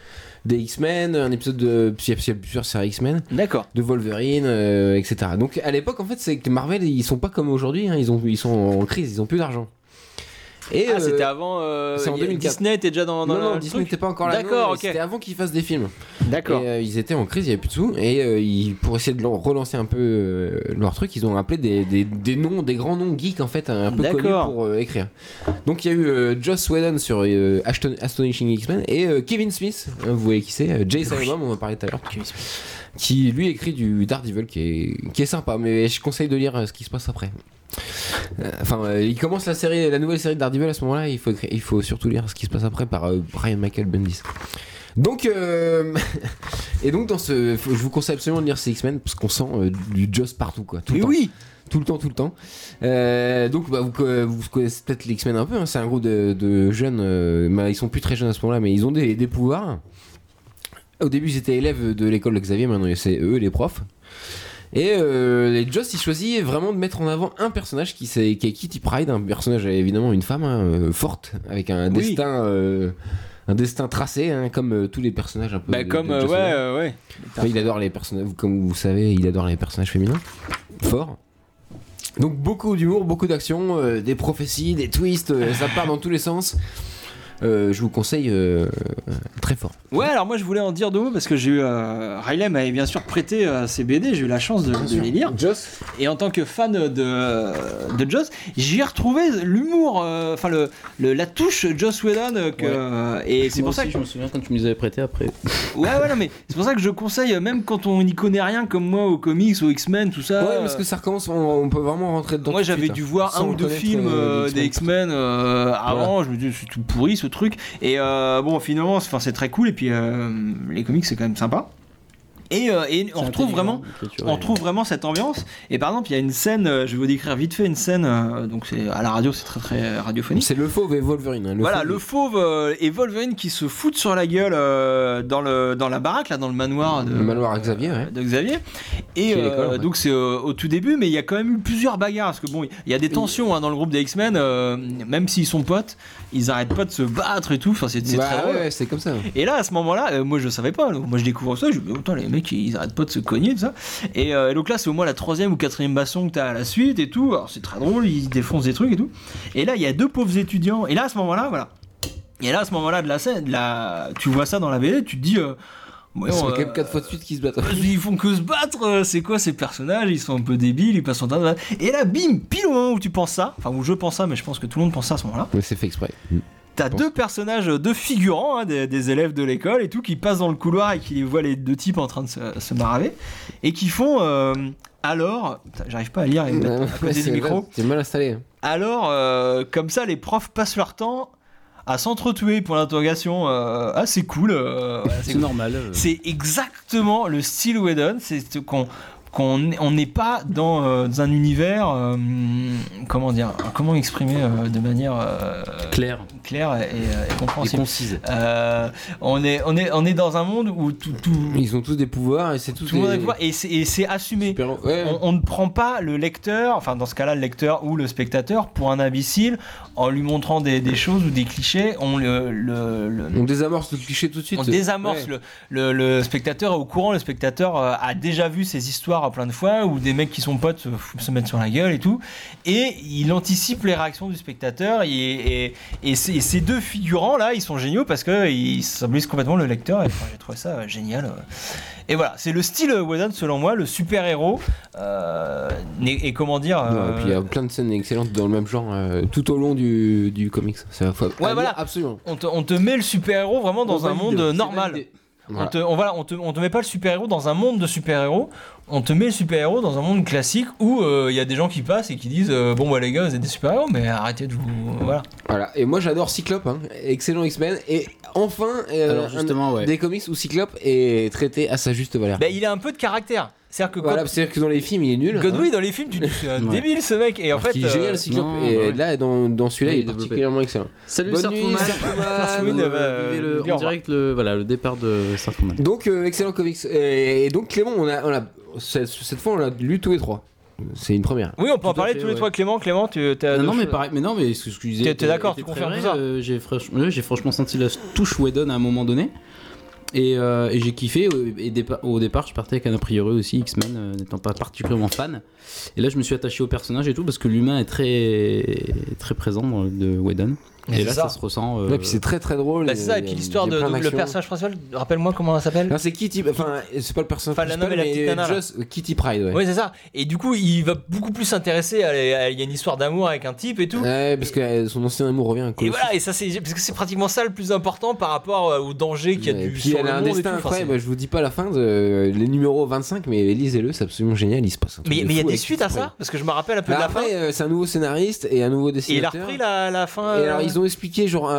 des X-Men, un épisode de. Il y a- il y a plusieurs séries X-Men, D'accord. de Wolverine, euh, etc. Donc à l'époque, en fait, c'est que Marvel, ils sont pas comme aujourd'hui, hein, ils, ont, ils sont en crise, ils ont plus d'argent. Et Ah, euh, c'était avant. euh, c'est en il y a- 2004. Disney était déjà dans, dans non, le non, le Disney truc n'était pas encore là. non, D'accord, ok. C'était avant qu'ils fassent des films. Et, D'accord. euh, ils étaient en crise, il n'y avait plus de sous. Et euh, ils- pour essayer de leur- relancer un peu euh, leur truc, ils ont appelé des, des- des noms, des grands noms geeks en fait, un peu connus D'accord. pour euh, écrire. Donc il y a eu euh, Joss Whedon sur euh, Ashton- Astonishing X-Men et euh, Kevin Smith, hein, vous voyez qui c'est, euh, Jay Silent, on en parlait tout à l'heure, qui lui écrit du Daredevil qui est, qui est sympa, mais je conseille de lire euh, ce qui se passe après. Euh, Enfin, euh, il commence la série, la nouvelle série de Daredevil à ce moment-là. Il faut, écrire- il faut surtout lire ce qui se passe après par euh, Brian Michael Bendis. Donc, euh, *laughs* et donc dans ce, faut- je vous conseille absolument de lire ces X-Men parce qu'on sent euh, du Joss partout, quoi. Tout le Mais temps. Bah, oui. tout le temps, tout le temps. Euh, donc, bah, vous, co- vous connaissez peut-être les X-Men un peu. hein. C'est un groupe de, de jeunes. euh, bah, ils sont plus très jeunes à ce moment-là, mais ils ont des, des pouvoirs. Au début, ils étaient élèves de l'école de Xavier. Maintenant, c'est eux les profs. Et euh, les Joss, il choisit vraiment de mettre en avant un personnage qui, c'est- qui est Kitty Pride, un personnage évidemment une femme hein, euh, forte, avec un Oui. destin, euh, un destin tracé, hein, comme euh, tous les personnages un peu. Bah de- comme de euh, Joss ouais Whedon. euh, ouais. Enfin, il adore les personnages, comme vous savez, il adore les personnages féminins. Fort. Donc beaucoup d'humour, beaucoup d'action, euh, des prophéties, des twists, euh, ça part dans tous les sens. Euh, je vous conseille euh, très fort. Ouais, alors moi je voulais en dire deux mots parce que j'ai eu. Euh, Riley m'avait bien sûr prêté euh, ses BD, j'ai eu la chance de, de les lire. Joss Et en tant que fan de, de Joss, j'y ai retrouvé l'humour, euh, enfin le, le- la touche Joss Whedon. euh, Que, Ouais. euh, et c'est Moi pour ça aussi, que. je me souviens quand tu me les avais prêtés après. Ouais, ouais, non, mais c'est pour ça que je conseille, euh, même quand on n'y connaît rien comme moi aux comics, aux X-Men, tout ça. Ouais, euh, parce que ça recommence, on, on peut vraiment rentrer dedans. moi tout de j'avais suite, dû hein. voir un Sans ou deux connaître, films euh, euh, les des X-Men euh, avant, je me dis c'est tout pourri ce truc. Et euh, bon finalement c'est enfin, c'est très cool et puis euh, les comics c'est quand même sympa. Et, euh, et on retrouve vraiment on trouve vraiment cette ambiance. Et par exemple, il y a une scène, euh, je vais vous décrire vite fait une scène, euh, donc c'est à la radio, c'est très très euh, radiophonique. C'est le fauve et Wolverine. hein, voilà, fauve. le fauve euh, et Wolverine qui se foutent sur la gueule euh, dans, le, dans la baraque, là, dans le manoir de, Le manoir à Xavier, ouais. Hein, de Xavier. Et Qui est l'école, euh, en fait. donc c'est euh, au tout début, mais il y a quand même eu plusieurs bagarres, parce que bon, il y a des tensions hein, dans le groupe des X-Men, euh, même s'ils sont potes, ils arrêtent pas de se battre et tout, enfin c'est c'est Bah très drôle. ouais, ouais, c'est comme ça. Et là, à ce moment-là, euh, moi je savais pas. donc, moi je découvre ça, je me dis, putain, les mecs ils arrêtent pas de se cogner, tout ça. Et, euh, et donc là, c'est au moins la troisième ou quatrième basson que t'as à la suite et tout. Alors c'est très drôle, ils défoncent des trucs et tout. Et là, il y a deux pauvres étudiants. Et là, à ce moment-là, voilà. Et là, à ce moment-là de la scène, de la... tu vois ça dans la BD, tu te dis. euh, voyons, C'est euh, quand même 4 fois de suite *laughs* qu'ils se battent. ils font que se battre, euh, c'est quoi ces personnages Ils sont un peu débiles, ils passent son temps. à- Et là, bim, pile au moment où tu penses ça, enfin où je pense ça, mais je pense que tout le monde pense ça à ce moment-là. Mais c'est fait exprès. T'as Bon. deux personnages, euh, deux figurants hein, des, des élèves de l'école et tout qui passent dans le couloir et qui les voient les deux types en train de se, se maraver et qui font euh, alors, Putain, j'arrive pas à lire et mettre à Ouais, côté c'est- du micro. C'est mal installé. hein. Alors euh, comme ça, les profs passent leur temps à s'entretuer pour l'interrogation. euh, ah c'est cool. euh, voilà, c'est C'est cool. normal. euh. C'est exactement le style Whedon, c'est ce qu'on qu'on on n'est pas dans, euh, dans un univers euh, comment dire comment exprimer euh, de manière euh, Clair claire et, euh, et et compréhensible. concise. Euh, on, est, on, est, on est dans un monde où tout, tout, Ils ont tous des pouvoirs et c'est tous tout le monde a des- des pouvoirs et c'est- et c'est assumé. super- ouais. On, on ne prend pas le lecteur, enfin dans ce cas-là le lecteur ou le spectateur, pour un imbécile en lui montrant des, des choses ou des clichés. On, le, le- le- On désamorce le cliché tout de suite. on désamorce Ouais. le, le- le spectateur est au courant, le spectateur euh, a déjà vu ces histoires plein de fois où des mecs qui sont potes se, f- se mettent sur la gueule et tout, et il anticipe les réactions du spectateur et, et- et ces- et ces deux figurants là ils sont géniaux parce que ils symbolisent complètement le lecteur et enfin, j'ai trouvé ça euh, génial. euh. Et voilà, c'est le style euh, Whedon selon moi, le super héros euh, et, et comment dire. Non, euh, et puis il y a plein de scènes excellentes dans le même genre euh, tout au long du, du comics. C'est la fois. Ouais, voilà. Absolument. on, te, on te met le super-héros vraiment dans un monde euh, normal. Voilà. On, te, on, voilà, on, te, on te met pas le super-héros dans un monde de super-héros, on te met le super-héros dans un monde classique où euh, il y a des gens qui passent et qui disent euh, Bon, bah les gars, vous êtes des super-héros, mais arrêtez de vous. euh, Voilà. Voilà. Et moi j'adore Cyclope, hein. excellent X-Men. Et enfin, euh, Alors justement, un- ouais. des comics où Cyclope est traité à sa juste valeur. Bah, il a un peu de caractère. C'est-à-dire que quand- Voilà, c'est-à-dire que dans les films il est nul. Godwin, dans les films, tu te dis C'est un *laughs* Ouais. débile ce mec. Et en fait. il est euh, génial Cyclope. non, et ouais. là, dans, dans celui-là, Ouais, il il est est développé. particulièrement excellent. Salut Bonne nuit, Sartrouman Sartrouman. Sartrouman. euh, Vivez au le- En revoir. direct, le, voilà, le départ de Sartrouman. Donc, euh, excellent comics. Et, et donc, Clément, on a, on a- cette, cette fois, on l'a lu tous les trois. C'est une première. Oui, on peut en à parler fait, tous les ouais. trois, Clément. Clément, tu t'as Non, deux non, mais choses. pareil, mais non, mais ce ce que je disais. Euh, T'es- était- t'es d'accord, était tu très confirmes vrai, tout ça euh, J'ai franchement, ouais, j'ai franchement senti la touche Whedon à un moment donné. Et, euh, et j'ai kiffé. euh, Et dépa- au départ, je partais avec un a priori aussi, X-Men, euh, n'étant pas particulièrement fan. Et là, je me suis attaché au personnage et tout, parce que l'humain est très, très présent dans le- de Whedon. Mais Et c'est là, ça. ça. se ressent. euh, Ouais, puis c'est très très drôle. Bah, il y c'est a- ça, et il y puis a- l'histoire il y a de euh, plein Ah, donc, le d'actions. personnage principal, rappelle-moi comment elle s'appelle Non, c'est Kitty. Enfin, c'est pas le personnage Enfin, la principal, nana et la mais petite nana, là. Joss- Kitty Pride, ouais. Oui, c'est ça. Et du coup, il va beaucoup plus s'intéresser à. à- Il y a une histoire d'amour avec un type et tout. Ouais, parce que euh, son ancien amour revient. à Et voilà, et ça c'est parce que c'est pratiquement ça le plus important par rapport euh, au danger qu'il y a Et du puis sur elle le a un monde et destin tout. Enfin, incroyable. c'est- Je vous dis pas la fin de euh, les numéros 25, mais lisez-le, c'est absolument génial. Il se passe un truc Mais de mais il y a fou des avec suites à Kitty Pryde. ça parce que je me rappelle un peu Bah, de la fin. après, euh, c'est un nouveau scénariste et un nouveau Et il a dessinateur. repris la, la fin. Et euh, alors, ils ont expliqué, genre,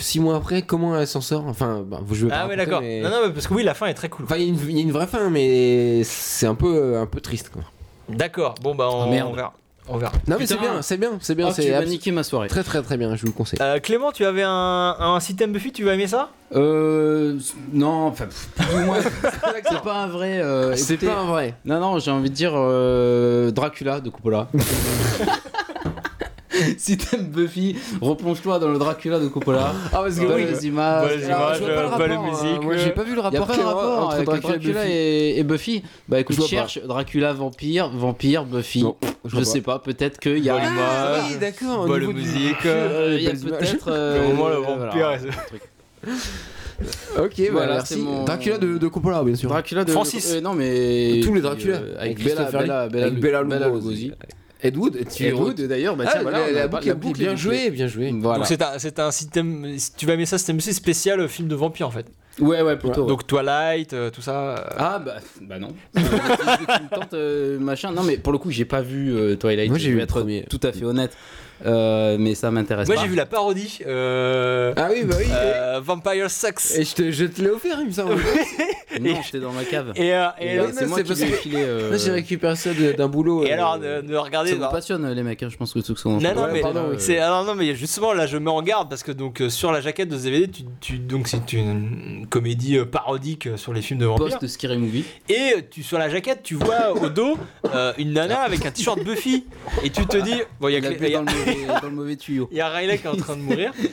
6 mois après, comment elle s'en sort. Enfin, bah, je vais pas Ah ouais raconter, d'accord. mais- Non non mais parce que oui la fin est très cool. Enfin, il y, a une- il y a une vraie fin, mais c'est un peu, un peu triste, quoi. D'accord. Bon bah on, Ah, merde. on verra. On verra. Non, mais Putain. c'est bien, c'est bien, c'est Oh, bien. Ah, tu c'est m'as abs- niqué ma soirée. très, très, très bien, je vous le conseille. Euh, Clément, tu avais un, un système Buffy, tu vas aimer ça Euh, non, enfin, pff, plus ou moins, c'est pas un vrai. euh, c'est écoutez, pas un vrai. Non, non, j'ai envie de dire euh, Dracula de Coppola. si t'aimes Buffy, replonge-toi dans le Dracula de Coppola. Ah, parce *laughs* Bonnes images. Bonnes Ah, Alors, images, je vois pas bonne le rapport, musique, euh, moi, euh. j'ai pas vu le Il y a rapport, pas de qu'il y a rapport entre avec Dracula, Dracula, et, et Buffy. Bah écoute, Je vois cherche Dracula, vampire, vampire, Buffy. Non, je sais pas, peut-être qu'il y a. Bonne Ah, image, oui, d'accord. au Bonne niveau du- musique. Euh, Il y a Belles images. peut-être. Au moins, le voilà, vampire, un c'est- truc. Ok, voilà, Voilà, merci. c'est mon- Dracula de, de Coppola, bien sûr. Dracula de Francis. euh, non mais Tous les Dracula. Euh, Avec avec, Bella, Christopher Lee. Bella, Bella, Avec Bella Lugosi. Lugosi. Ed Wood, tu Et le- Rude d'ailleurs, bah Ah, tiens, voilà, la, on a la pas- boucle, la boucle, est bien bouclée. joué, bien joué. Voilà. Donc c'est un, c'est un système, tu vas aimer ça, système Buffy spécial euh, film de vampire en fait. Ouais, ouais, plutôt. Donc Twilight, euh, tout ça. euh, Ah bah, bah *laughs* non. Euh, tu me tentes, euh, machin. Non mais pour le coup j'ai pas vu euh, Twilight. Moi, j'ai je vais vu le être premier. tout à fait honnête. Euh, mais ça m'intéresse Moi pas. j'ai vu la parodie. euh, Ah oui, bah oui. euh, Vampire Sucks. Et je te, je te l'ai offert, il me semble. Non j'étais dans ma cave. Et, euh, et, Et, euh, euh, c'est non, moi c'est qui parce lui ai que- filé. euh, Là, j'ai récupéré ça de- d'un boulot. et euh, alors de, de regarder. ça vous bah, passionne les mecs, hein, je pense que tout ce qu'on. Non, non, Ouais, mais, pardon, oui. euh, c'est, alors, non, mais justement, là, je mets en garde parce que donc, euh, sur la jaquette de ce DVD, tu, tu- donc, c'est une comédie euh, parodique euh, sur les films de vampires. Post Scary Movie. Et euh, tu, sur la jaquette, tu vois au dos euh, une nana avec un t-shirt Buffy. Et tu te dis, bon, il y a, Il a Clé- bu il y a- dans le mauvais- dans le *laughs* mauvais tuyau. il y a Riley qui est en train de *laughs* mourir. Je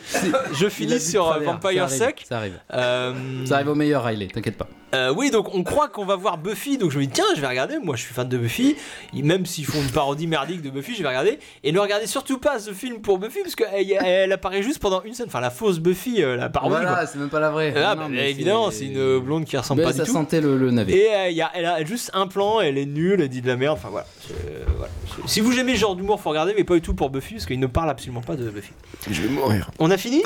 Il a finis bu de sur euh, travers, Vampire ça arrive, Suck. Ça arrive. Euh, Ça arrive au meilleur Riley, t'inquiète pas. euh, oui, donc on croit qu'on va voir Buffy. Donc je me dis, tiens, je vais regarder. Moi, je suis fan de Buffy. Et Même s'ils font une parodie merdique de Buffy, je vais regarder. Et ne regardez surtout pas ce film pour Buffy, parce qu'elle elle apparaît juste pendant une scène. Enfin, la fausse Buffy, euh, la parodie. quoi. Voilà, c'est même pas la vraie. Ah, Non, bah, mais évidemment, c'est une blonde qui ressemble Ben, pas ça du tout. sentait le, le navet. Et euh, il y a, elle a juste un plan, elle est nulle, elle dit de la merde. Enfin voilà. Euh, voilà. Si vous aimez ce genre d'humour, faut regarder, mais pas du tout pour Buffy, parce qu'il ne parle absolument pas de Buffy. Je vais mourir. On a fini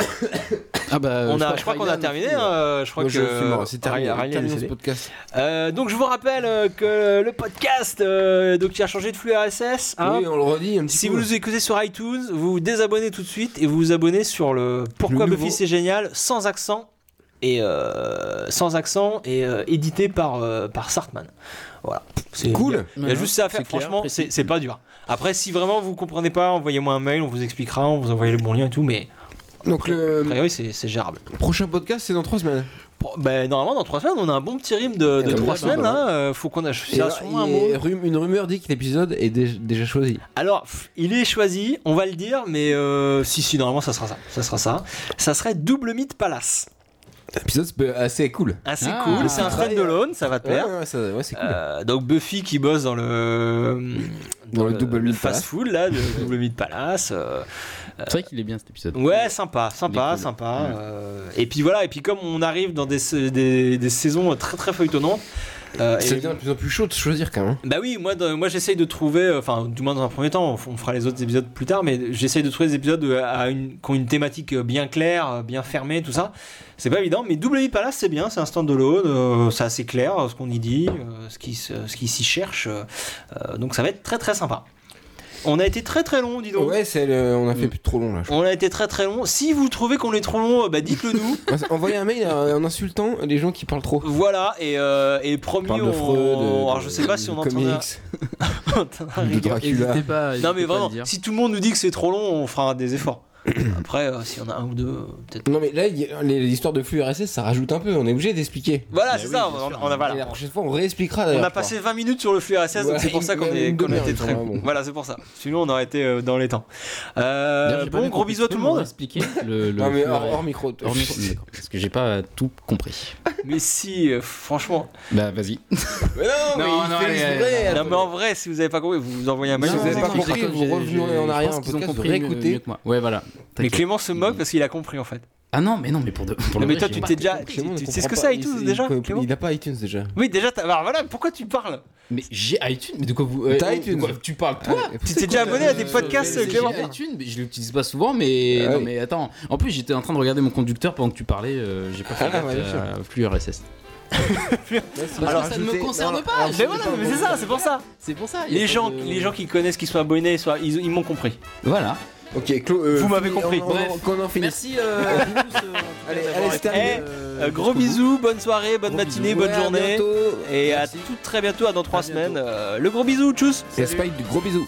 Ah Euh, bah, on a, Je crois qu'on a Ryan terminé. aussi, hein, je crois Moi, que. je suis mort. C'est terminé. Ryan- Ryan est Terminons ce décédé. podcast. Euh, donc je vous rappelle euh, que le podcast euh, donc il a changé de flux RSS. hein. Oui, on le redit un petit si peu. vous nous écoutez sur iTunes, vous vous désabonnez tout de suite et vous vous abonnez sur le Pourquoi Le nouveau. Buffy c'est génial sans accent et euh, sans accent et euh, édité par euh, par Sartman. Voilà. C'est Cool. Il y a juste ça à faire, C'est clair, franchement, précis. c'est c'est pas dur. Après, si vraiment vous comprenez pas, envoyez-moi un mail, on vous expliquera, on vous envoie les bons liens et tout, mais Donc, a le priori, c'est c'est gérable. prochain podcast, c'est dans 3 semaines. Bon, ben, normalement, dans 3 semaines, on a un bon petit rythme de, de Comme 3 d'hab, semaines, hein, là. euh, faut qu'on a Et ça alors, sûrement un il mot. est- rum- Une rumeur dit que l'épisode est dé- déjà choisi. Alors, pff, il est choisi, on va le dire, mais euh, si, si, normalement, ça sera ça. Ça sera ça. Ça serait Double Mythe Palace. L'épisode c'est assez cool. Assez Ah. cool, c'est un stand-alone, ça va te Ouais, plaire. ouais, ça- ouais, c'est cool. Euh, donc Buffy qui bosse dans le Dans le Double Meat Palace. fast-food là, *laughs* le Double Meat Palace. euh, C'est vrai qu'il est bien cet épisode. Ouais, sympa, sympa, Il est cool. sympa. euh, et puis voilà, et puis comme on arrive dans des, sa- des, des saisons très très feuilletonnantes. euh, Ça et- devient de plus en plus chaud de choisir quand même. bah oui, moi, dans- moi j'essaye de trouver, euh, enfin du moins dans un premier temps, on, f- on fera les autres épisodes plus tard, mais j'essaye de trouver des épisodes euh, à une, qui ont une thématique euh, bien claire, euh, bien fermée, tout ça. C'est pas évident, mais Double Vie Palace c'est bien, c'est un stand-alone, euh, c'est assez clair euh, ce qu'on y dit, euh, ce qui se- ce qui s'y cherche, euh, euh, donc ça va être très très sympa. On a été très très long, dis donc. Ouais, c'est le- on a fait Mm. plus trop long là. je On a été très très long. Si vous trouvez qu'on est trop long, euh, bah dites-le *laughs* nous. crois. Envoyez un mail euh, en insultant les gens qui parlent trop. voilà, et, euh, et promis, parle on- de Freud, de- alors je sais pas de si on entendra. *laughs* comics, on entendra de rigueur. Dracula. N'hésitez pas. Non n'hésitez mais Ah, pas à vraiment, le dire. *coughs* si tout le monde nous dit que c'est trop long, on fera des efforts. Après, euh, si on a un ou deux, euh, peut-être. Non mais là, il y a- les- l'histoire de flux RSS, ça rajoute un peu. On est obligé d'expliquer. Voilà, Mais c'est oui, ça. bien On, sûr. on a, Et la voilà. prochaine fois, on réexpliquera. On d'ailleurs, a je passé 20 minutes sur le flux RSS, donc Ouais, c'est pour ça qu'on une- est, une qu'on demi-heure, était très. genre, bon. Voilà, c'est pour ça. Sinon, on aurait été euh, dans les temps. Euh, D'ailleurs, j'ai pas bon, bien gros compris. bisous à Tu tout le peux me monde. *laughs* réexpliquer le, le Non mais flux hors, RSS? hors micro. Hors micro, d'accord, parce que j'ai pas tout compris. Mais si, euh, franchement. Bah vas-y. Ah, Mais non, mais Non, il non, fait allez, exprès, Non, attends. mais en vrai, si vous avez pas compris, vous vous envoyez un mail. Si vous vous avez avez pas compris. compris, vous revenez en arrière un Ils ont podcast, compris vous mieux- réécoutez. mieux que moi. Ouais, voilà. Mais T'inquiète. Clément se moque parce qu'il a compris en fait. Ah non, mais non, mais pour de. Pour Non, le mais toi, vrai, tu j'ai t'es pas- déjà. Clément tu- ne tu- comprend C'est ce que pas, c'est il- iTunes il- déjà il- Clément Il n'a pas iTunes déjà. Oui, déjà, t'as- alors voilà, pourquoi tu parles Mais j'ai iTunes, mais de quoi vous. euh, T'as euh, iTunes. Ah, quoi, Tu parles toi Allez, Tu t'es déjà abonné à des podcasts, euh, Clément j'ai iTunes, mais je l'utilise pas souvent, mais Ah non, oui. mais attends. En plus, j'étais en train de regarder mon conducteur pendant que tu parlais. euh, j'ai pas fait Ah, gaffe, ouais, bien sûr. euh, flux RSS. Alors ça ne me concerne pas, je- Mais voilà, mais c'est ça, c'est pour ça C'est pour Ah, ça. Les gens, les gens qui connaissent, qui sont abonnés, soit, ils, ils m'ont compris. Voilà. Ok, Clo, euh, Vous m'avez finis- compris. on- on- Bref. Qu'on en finisse. Merci. euh, à tous, euh, en tout cas, Allez, d'avoir allez, c'est été, terminé. euh, Euh, gros jusqu'au bout. bisous, bonne soirée, bonne Gros matinée, bisous. bonne Ouais, à journée. bientôt. Et à Merci. tout très bientôt, à dans trois À bientôt. semaines. Euh, le gros bisou, tchuss Et Spike, du gros bisous.